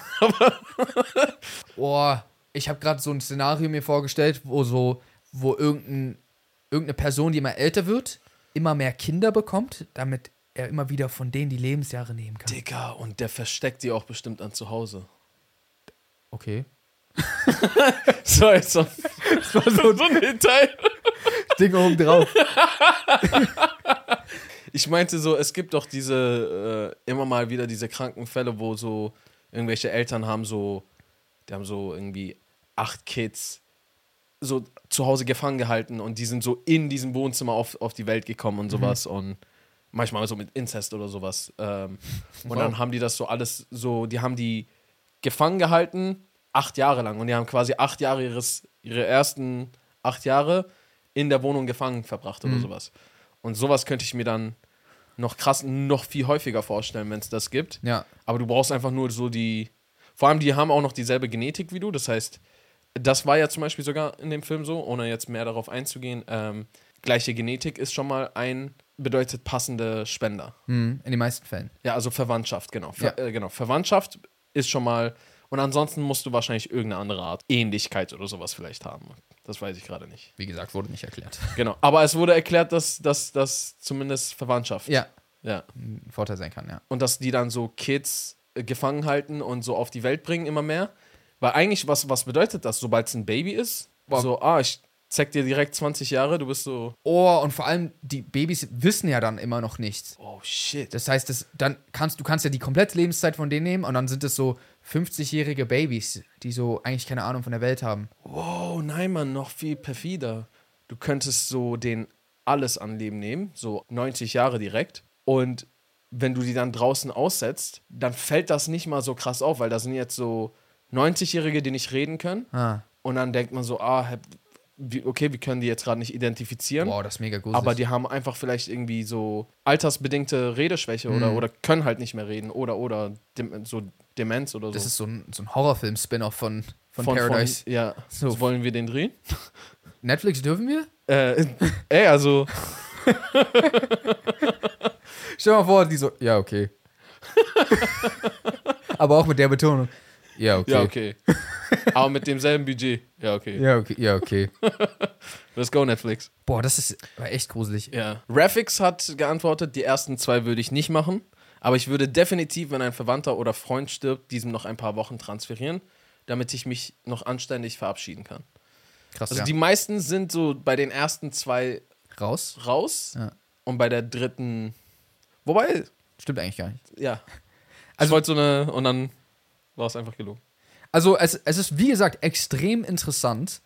Speaker 2: Boah, ich habe gerade so ein Szenario mir vorgestellt, wo so, wo irgendein, irgendeine Person, die immer älter wird, immer mehr Kinder bekommt, damit er immer wieder von denen die Lebensjahre nehmen kann.
Speaker 1: Digga, und der versteckt die auch bestimmt an zu Hause.
Speaker 2: Okay.
Speaker 1: So, jetzt so, so, so, ein Detail.
Speaker 2: Ding oben drauf.
Speaker 1: Ich meinte so, es gibt doch diese, äh, immer mal wieder diese kranken Fälle, wo so irgendwelche Eltern haben so, die haben so irgendwie acht Kids so zu Hause gefangen gehalten und die sind so in diesem Wohnzimmer auf, auf die Welt gekommen und sowas und manchmal so mit Inzest oder sowas. Ähm, und
Speaker 2: Wow.
Speaker 1: dann haben die das so alles so, die haben die gefangen gehalten, acht Jahre lang. Und die haben quasi acht Jahre ihres, ihre ersten acht Jahre in der Wohnung gefangen verbracht oder sowas. Und sowas könnte ich mir dann noch krass, noch viel häufiger vorstellen, wenn es das gibt.
Speaker 2: Ja.
Speaker 1: Aber du brauchst einfach nur so die. Vor allem, die haben auch noch dieselbe Genetik wie du. Das heißt, das war ja zum Beispiel sogar in dem Film so, ohne jetzt mehr darauf einzugehen. Ähm, gleiche Genetik ist schon mal ein bedeutet passende Spender.
Speaker 2: Mhm. In den meisten Fällen.
Speaker 1: Ja, also Verwandtschaft, genau. Ver
Speaker 2: Ja.
Speaker 1: äh, genau. Verwandtschaft ist schon mal. Und ansonsten musst du wahrscheinlich irgendeine andere Art Ähnlichkeit oder sowas vielleicht haben. Das weiß ich gerade nicht.
Speaker 2: Wie gesagt, wurde nicht erklärt.
Speaker 1: Genau. Aber es wurde erklärt, dass das zumindest Verwandtschaft.
Speaker 2: Ja.
Speaker 1: Ja.
Speaker 2: Ein Vorteil sein kann, ja.
Speaker 1: und dass die dann so Kids äh, gefangen halten und so auf die Welt bringen immer mehr. Weil eigentlich, was, was bedeutet das, sobald es ein Baby ist?
Speaker 2: Wow.
Speaker 1: So, ah, ich zeig dir direkt 20 Jahre, du bist so,
Speaker 2: Oh, und vor allem, die Babys wissen ja dann immer noch nichts.
Speaker 1: oh shit.
Speaker 2: Das heißt, das, dann kannst, du kannst ja die komplette Lebenszeit von denen nehmen und dann sind es so 50-jährige Babys, die so eigentlich keine Ahnung von der Welt haben.
Speaker 1: Wow, Oh nein, Mann, noch viel perfider. Du könntest so den alles an Leben nehmen, so 90 Jahre direkt. Und wenn du die dann draußen aussetzt, dann fällt das nicht mal so krass auf, weil da sind jetzt so 90-Jährige, die nicht reden können.
Speaker 2: Ah.
Speaker 1: Und dann denkt man so, ah, hä- wie- okay, wir können die jetzt gerade nicht identifizieren.
Speaker 2: Wow, das ist mega gruselig.
Speaker 1: Aber die haben einfach vielleicht irgendwie so altersbedingte Redeschwäche
Speaker 2: Mhm.
Speaker 1: oder, oder können halt nicht mehr reden oder oder dem, so Demenz oder so.
Speaker 2: das ist so ein, so ein Horrorfilm-Spin-off von, von, Paradise.
Speaker 1: ja,
Speaker 2: So.
Speaker 1: so. wollen wir den drehen?
Speaker 2: Netflix dürfen wir?
Speaker 1: Äh, ey, also,
Speaker 2: Stell dir mal vor, die so, ja, okay. Aber auch mit der Betonung. Ja, okay.
Speaker 1: ja, okay. Aber mit demselben Budget. Ja, okay.
Speaker 2: Ja, okay. Ja, okay.
Speaker 1: Let's go, Netflix.
Speaker 2: Boah, das ist war echt gruselig.
Speaker 1: Ja. Rafix hat geantwortet, die ersten zwei würde ich nicht machen. Aber ich würde definitiv, wenn ein Verwandter oder Freund stirbt, diesem noch ein paar Wochen transferieren, damit ich mich noch anständig verabschieden kann.
Speaker 2: Krass,
Speaker 1: Also
Speaker 2: ja.
Speaker 1: die meisten sind so bei den ersten zwei
Speaker 2: Raus?
Speaker 1: raus
Speaker 2: Ja.
Speaker 1: und bei der dritten. Wobei,
Speaker 2: Stimmt eigentlich gar nicht.
Speaker 1: ja. Also, ich
Speaker 2: Also-
Speaker 1: wollte so eine. Und dann war es einfach gelogen.
Speaker 2: Also es, es ist, wie gesagt, extrem interessant,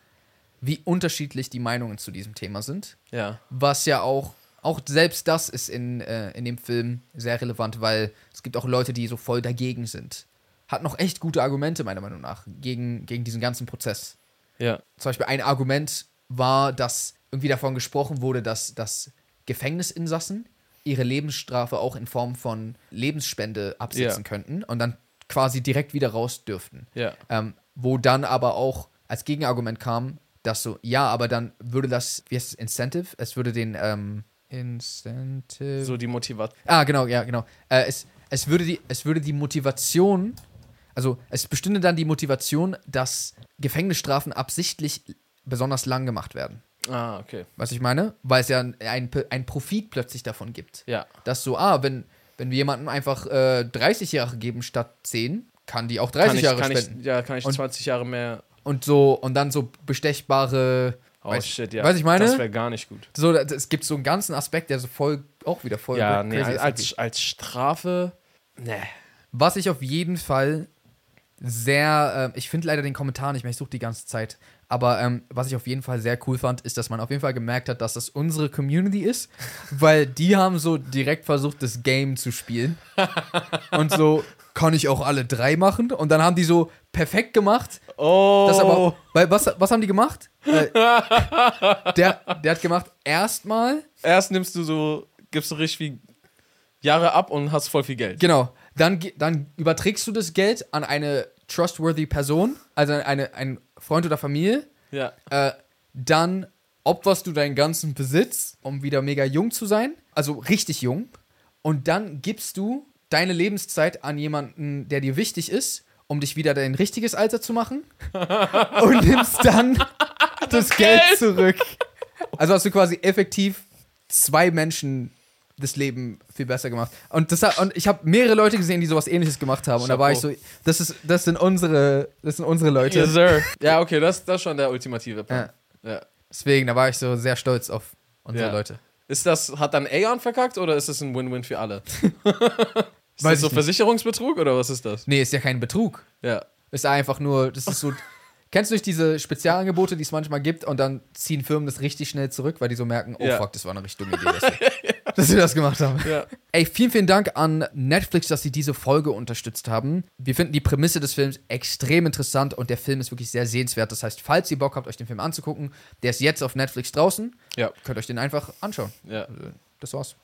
Speaker 2: wie unterschiedlich die Meinungen zu diesem Thema sind.
Speaker 1: Ja.
Speaker 2: Was ja auch, auch selbst das ist in, äh, in dem Film sehr relevant, weil es gibt auch Leute, die so voll dagegen sind. Hat noch echt gute Argumente, meiner Meinung nach, gegen, gegen diesen ganzen Prozess.
Speaker 1: Ja.
Speaker 2: Zum Beispiel ein Argument war, dass irgendwie davon gesprochen wurde, dass, dass Gefängnisinsassen ihre Lebensstrafe auch in Form von Lebensspende absetzen
Speaker 1: Ja.
Speaker 2: könnten und dann quasi direkt wieder raus dürften.
Speaker 1: Ja.
Speaker 2: Ähm, wo dann aber auch als Gegenargument kam, dass so, ja, aber dann würde das, wie heißt es, Incentive? Es würde den, ähm, Incentive.
Speaker 1: So die Motivation.
Speaker 2: Ah, genau, ja, genau. Äh, es, es, würde die, es würde die Motivation, also es bestünde dann die Motivation, dass Gefängnisstrafen absichtlich besonders lang gemacht werden.
Speaker 1: Ah, okay.
Speaker 2: Was ich meine? Weil es ja ein, ein, ein Profit plötzlich davon gibt.
Speaker 1: Ja.
Speaker 2: Dass so, ah, wenn, wenn wir jemandem einfach äh, 30 Jahre geben statt 10, kann die auch 30
Speaker 1: Kann ich,
Speaker 2: Jahre
Speaker 1: kann
Speaker 2: spenden.
Speaker 1: ich, ja, kann ich
Speaker 2: Und-
Speaker 1: 20 Jahre mehr.
Speaker 2: und so, und dann so bestechbare.
Speaker 1: Oh
Speaker 2: weiß,
Speaker 1: shit, ja.
Speaker 2: Weiß ich meine?
Speaker 1: Das wäre gar nicht gut.
Speaker 2: so, das- es gibt so einen ganzen Aspekt, der so voll, auch wieder voll
Speaker 1: Ja,
Speaker 2: crazy
Speaker 1: nee,
Speaker 2: ist irgendwie.
Speaker 1: als, als Strafe. Nee.
Speaker 2: Was ich auf jeden Fall sehr, ähm, ich finde leider den Kommentar nicht mehr, ich suche die ganze Zeit, aber ähm, was ich auf jeden Fall sehr cool fand, ist, dass man auf jeden Fall gemerkt hat, dass das unsere Community ist, weil die haben so direkt versucht, das Game zu spielen. Und so, kann ich auch alle drei machen? Und dann haben die so perfekt gemacht,
Speaker 1: Oh.
Speaker 2: das aber, weil was, was haben die gemacht? Äh, der, der hat gemacht, erstmal,
Speaker 1: Erst nimmst du so, gibst du richtig viel Jahre ab und hast voll viel Geld.
Speaker 2: genau, dann, ge- dann überträgst du das Geld an eine trustworthy Person, also eine, einen Freund oder Familie,
Speaker 1: Ja.
Speaker 2: äh, dann opferst du deinen ganzen Besitz, um wieder mega jung zu sein, also richtig jung, und dann gibst du deine Lebenszeit an jemanden, der dir wichtig ist, um dich wieder dein richtiges Alter zu machen und nimmst dann das Geld zurück. Also hast du quasi effektiv zwei Menschen das Leben viel besser gemacht. Und, das, hat- und ich habe mehrere Leute gesehen, die sowas ähnliches gemacht haben. Und da war ich so, das, ist, das, sind, unsere, das sind unsere Leute.
Speaker 1: Yes, sir. Ja, okay, das, das ist schon der ultimative Plan. Ja.
Speaker 2: Deswegen, da war ich so sehr stolz auf unsere
Speaker 1: Ja.
Speaker 2: Leute.
Speaker 1: Ist das, hat dann Aeon verkackt oder ist das ein Win-Win für alle? ist das
Speaker 2: Weiß
Speaker 1: so
Speaker 2: ich nicht.
Speaker 1: Versicherungsbetrug oder was ist das?
Speaker 2: Nee, ist ja kein Betrug.
Speaker 1: Ja.
Speaker 2: Ist einfach nur, das ist so. Kennst du nicht diese Spezialangebote, die es manchmal gibt und dann ziehen Firmen das richtig schnell zurück, weil die so merken, oh
Speaker 1: Ja.
Speaker 2: fuck, das war eine richtige Idee, dass wir, dass wir das gemacht haben.
Speaker 1: Ja.
Speaker 2: Ey, vielen, vielen Dank an Netflix, dass sie diese Folge unterstützt haben. Wir finden die Prämisse des Films extrem interessant und der Film ist wirklich sehr sehenswert. Das heißt, falls ihr Bock habt, euch den Film anzugucken, der ist jetzt auf Netflix draußen,
Speaker 1: Ja.
Speaker 2: könnt euch den einfach anschauen.
Speaker 1: ja.
Speaker 2: Das war's.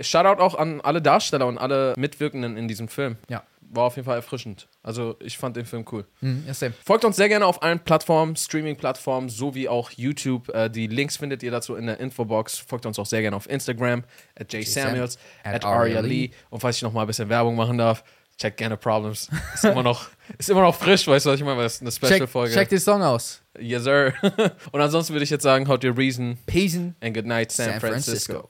Speaker 1: Shoutout auch an alle Darsteller und alle Mitwirkenden in diesem Film.
Speaker 2: Ja.
Speaker 1: War auf jeden Fall erfrischend. Also ich fand den Film cool.
Speaker 2: Mhm, ja, same.
Speaker 1: Folgt uns sehr gerne auf allen Plattformen, Streaming-Plattformen sowie auch YouTube. Äh, die Links findet ihr dazu in der Infobox. Folgt uns auch sehr gerne auf Instagram, at jsamuels,
Speaker 2: at
Speaker 1: at Aria Lee. Und falls ich noch mal ein bisschen Werbung machen darf, checkt gerne Problems. Ist immer noch, ist immer noch frisch, weißt du, was ich meine? Weil es ist eine
Speaker 2: Check,
Speaker 1: Special-Folge.
Speaker 2: check den Song aus.
Speaker 1: Yes, sir. Und ansonsten würde ich jetzt sagen, haut ihr Reason
Speaker 2: Pesen
Speaker 1: and good night, San,
Speaker 2: San
Speaker 1: Francisco.
Speaker 2: Francisco.